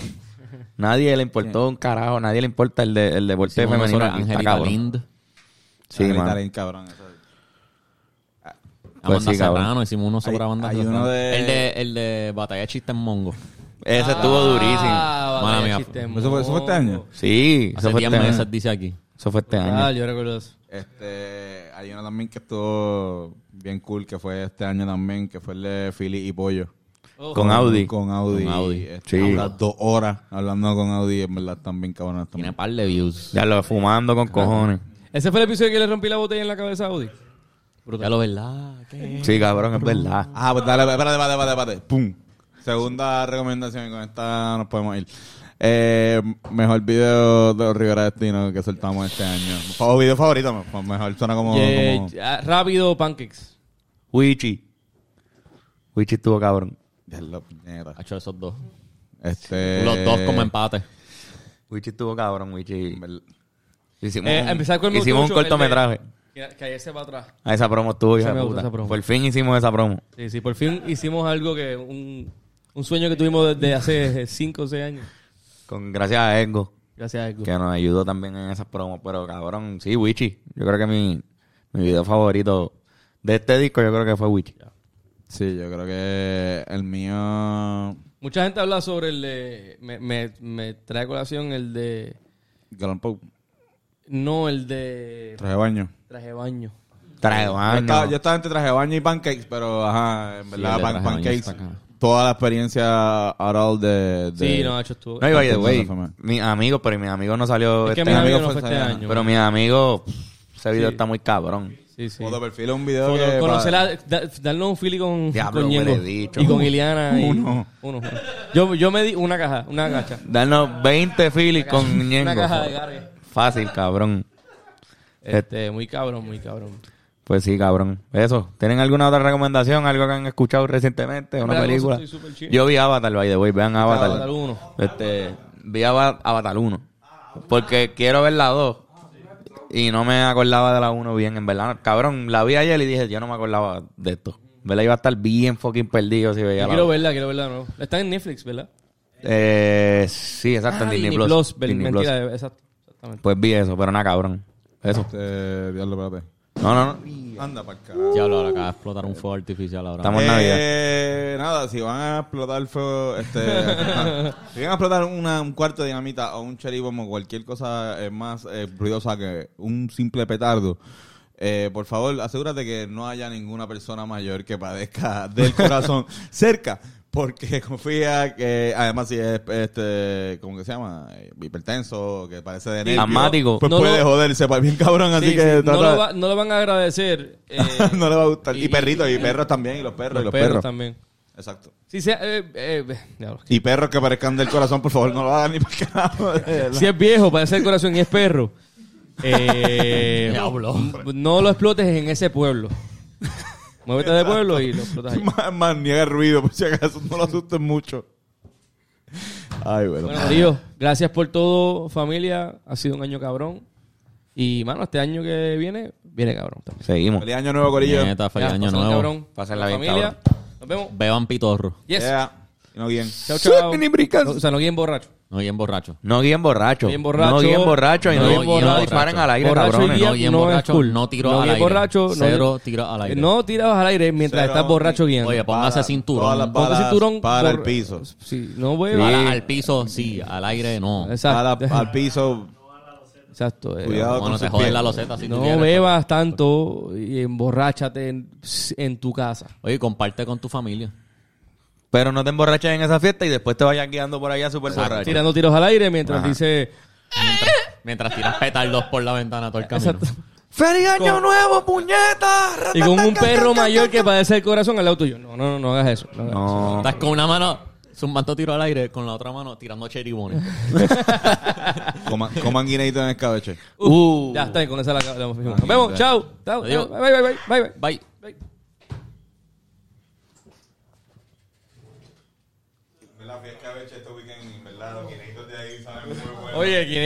S4: nadie le importó un carajo, nadie le importa el, de, el deporte
S3: Hicimos uno
S4: femenino.
S3: sobre
S4: aquí, está
S3: Angélica
S4: cabrón.
S3: Lind,
S4: Sí,
S1: Está
S4: mano.
S1: bien cabrón, eso.
S4: Pues
S3: Amanda
S4: sí, cabrón.
S3: Serrano, hicimos uno sobre
S1: Hay-
S3: Amanda
S1: hay
S3: Serrano.
S1: uno de-
S3: El de, el de Batalla de Chiste en Mongo.
S4: Ese estuvo durísimo.
S2: Ah,
S3: Mala
S2: batalla
S3: mía.
S2: sistema.
S1: ¿Eso fue- eso fue este año?
S4: Sí, eso
S3: Hace
S4: fue,
S3: 10
S4: este año.
S3: meses dice aquí.
S4: eso fue este año.
S2: Ah, yo recuerdo eso.
S1: Este, hay uno también que estuvo bien cool, que fue este año también, que fue el de Philly y Pollo.
S2: Oh.
S4: Con Audi.
S1: Con Audi.
S3: Con Audi.
S1: Este,
S4: Sí.
S1: hablas dos horas hablando con Audi, en verdad, también cabrón.
S3: Tiene par de views.
S4: Ya lo fumando con cojones.
S2: Ese fue el episodio que le rompí la botella en la cabeza a Audi.
S3: Ya lo verdad. ¿qué?
S4: Sí, cabrón, es verdad.
S1: Ah, pues dale, espérate, espérate, espérate, espérate. Pum. Segunda recomendación, y con esta nos podemos ir. Eh, mejor video de los Rivera Destino que soltamos este año. Fa- video favorito, me- pues mejor suena como.
S2: Yeah,
S1: como-
S2: ah, Rápido Pancakes.
S4: Wichi. Wichi estuvo cabrón.
S1: Ya la puñeta.
S3: Ha hecho esos dos.
S1: Este.
S3: Los dos como empate.
S4: Wichi estuvo cabrón, Wichi. Hicimos,
S2: Eh,
S4: un-
S2: empezar con el
S4: hicimos un
S2: mucho, el de-
S4: cortometraje.
S2: Que, que ayer se va atrás.
S4: A esa promo estuvo, hija
S2: me
S4: de
S2: gustó
S4: puta.
S2: esa promo.
S4: Por fin hicimos esa promo.
S2: Sí, sí, por fin hicimos algo que. Un, un sueño que tuvimos desde hace 5 o 6 años.
S4: Con, gracias a Ergo,
S2: Gracias a Edgar.
S4: que nos ayudó también en esas promos. Pero cabrón, sí, Wichi. Yo creo que mi, mi video favorito de este disco, yo creo que fue Wichi.
S1: Sí, yo creo que el mío.
S2: Mucha gente habla sobre el de. Me, me, me trae a colación el de.
S1: Galán Pau.
S2: No, el de.
S1: Traje de baño.
S2: Traje baño.
S4: Trae
S3: Ah,
S1: Yo estaba,
S4: baño.
S1: yo estaba entre traje de baño y pancakes, pero ajá, en verdad,
S3: el de
S1: pan-
S3: traje de baño
S1: pancakes.
S3: está acá.
S1: Toda la experiencia at all de. de
S2: Sí, no, hecho estuvo.
S4: No, y by the way,
S1: Fama.
S4: mis amigos, pero mis amigos no salió
S2: es que
S4: este
S2: mi
S4: año.
S2: amigo
S1: amigo
S2: no
S1: fue
S2: fue este
S1: este
S2: año.
S4: Pero mis amigos, pff, ese video está muy cabrón.
S2: Sí, sí.
S1: Foto de perfil es un video
S2: Foto-
S1: que.
S2: conocerla, da- darnos un fili con,
S4: Diablo,
S2: con Ñengo.
S4: huele bicho.
S2: y con Iliana. y-
S1: Uno.
S2: uno. Yo, yo me di una caja, una gacha.
S4: Darnos 20 filis con
S2: Una
S4: Ñengo.
S2: caja de Gary.
S4: Fácil, cabrón.
S2: Este, muy cabrón, muy cabrón.
S4: Pues sí, cabrón. Eso. ¿Tienen alguna otra recomendación? ¿Algo que han escuchado recientemente? ¿Una
S2: Espera,
S4: película?
S2: estoy súper chill.
S4: Yo vi Avatar, by the way. Vean Avatar.
S2: Avatar uno.
S4: Este, vi Ava- Avatar 1. Porque quiero ver la 2. Y no me acordaba de la 1 bien, en verdad. Cabrón, la vi ayer y dije, yo no me acordaba de esto. ¿Verdad? Iba a estar bien fucking perdido si veía
S2: Yo
S4: la
S2: quiero
S4: dos.
S2: verla, quiero verla de nuevo. Está en Netflix, ¿verdad?
S4: Eh, sí, exacto. en
S2: Ah,
S4: Disney, Plus.
S2: ver-
S4: Disney Plus.
S2: mentira, exacto. Exactamente.
S4: Pues vi eso, pero nada, cabrón. Eso.
S1: Este, diablo, espérate.
S4: No, no, no.
S1: Anda para carajo.
S3: Diablo, ahora acaba de explotar un fuego artificial ahora.
S4: Estamos en Navidad.
S1: Eh, nada, si van a explotar fuego, este, ajá. si van a explotar una, un cuarto de dinamita o un cheribom o cualquier cosa eh, más eh, ruidosa que un simple petardo, eh, por favor, asegúrate que no haya ninguna persona mayor que padezca del corazón cerca. Porque confía que, además, si es, este, ¿cómo que se llama? Eh, Hipertenso, que parece de nervio.
S4: Asmático.
S1: Pues
S2: No
S1: puede
S2: lo-
S1: joderse, pues, bien cabrón, así
S2: Sí,
S1: que
S2: sí, no,
S1: trata-
S2: lo va- no lo van a agradecer. eh,
S1: no le va a gustar. Y,
S2: y- eh,
S1: perritos, y perros también, y los perros,
S2: los
S1: y los
S2: perros,
S1: perros.
S2: también.
S1: Exacto.
S2: Si, sea, eh, eh, diablo.
S1: Y perros que parezcan del corazón, por favor, no lo hagan ni para carajo.
S2: si es viejo, parece el corazón y es perro. eh,
S3: Diablo.
S2: No lo explotes en ese pueblo. Muévete de pueblo y lo explotas ahí.
S1: Más, más niega el ruido, por si acaso no lo asusten mucho. Ay, bueno.
S2: Bueno, Corillo, gracias por todo, familia. Ha sido un año cabrón. Y, mano, este año que viene, viene cabrón también.
S4: Seguimos.
S1: Feliz año nuevo, Corillo.
S3: Neta, feliz
S2: Ya,
S3: año
S2: pásenla
S3: nuevo.
S2: cabrón.
S4: Pásenla
S2: Con la
S4: bien,
S2: familia. Nos vemos.
S3: Beban pitorro.
S2: Yes.
S1: Yeah. Y No bien.
S2: Chao, chao.
S4: Suelten y brincan.
S2: No, o sea, no guíen borracho.
S3: No bien borracho.
S4: No guíen borracho.
S2: No guíen borracho.
S4: No guíen borracho y
S3: No
S4: no,
S3: guíen
S4: y no
S3: borracho.
S4: disparen al aire,
S2: Borracho
S4: cabrones.
S2: y guía
S3: No guíen
S2: no es
S3: borracho,
S2: cool.
S3: no tiro
S2: No
S3: al
S2: guíen
S3: aire.
S2: borracho, no-
S3: Cero tiro al aire.
S2: No tirados al aire mientras
S1: Cero.
S2: estás borracho guiando.
S3: Oye, póngase
S1: Para- todas las
S3: cinturón.
S2: Ponte
S1: balas
S2: cinturón.
S1: Para el
S2: por-
S1: piso.
S2: Sí, no, güey.
S3: Bala al piso, sí. Al aire, no.
S1: Para
S2: Exacto.
S1: al piso.
S2: Exacto. eh.
S1: Cuidado
S3: Bueno,
S1: con
S3: te
S1: sus
S3: joden
S1: pies.
S3: la loseta si tú
S2: No
S3: quieres.
S2: bebas tanto y emborráchate en, en tu casa.
S3: Oye, comparte con tu familia.
S4: Pero no te emborraches en esa fiesta y después te vayas guiando por allá súper borracho.
S2: Tirando tiros al aire mientras
S4: Ajá.
S2: dice...
S3: Mientras, mientras tiras petardos por la ventana todo el camino.
S2: Exacto.
S4: ¡Feliz año nuevo, puñeta!
S2: Y con un perro mayor que padece el corazón al lado tuyo. No, no, no, no hagas eso. no hagas eso.
S4: No.
S3: Estás con una mano zumbando tiro al aire, con la otra mano tirando cheribones.
S1: Coman, coman guineito en escabeche.
S2: Uh, Ya está, y con esa la, la la- Nos vemos, chao. Chao.
S3: Adiós.
S2: Bye, bye, bye, bye, bye.
S3: Bye.
S2: bye.
S1: La escabeche este weekend, ¿verdad? Los guineitos de ahí saben muy bueno.
S2: Oye, ¿quién es?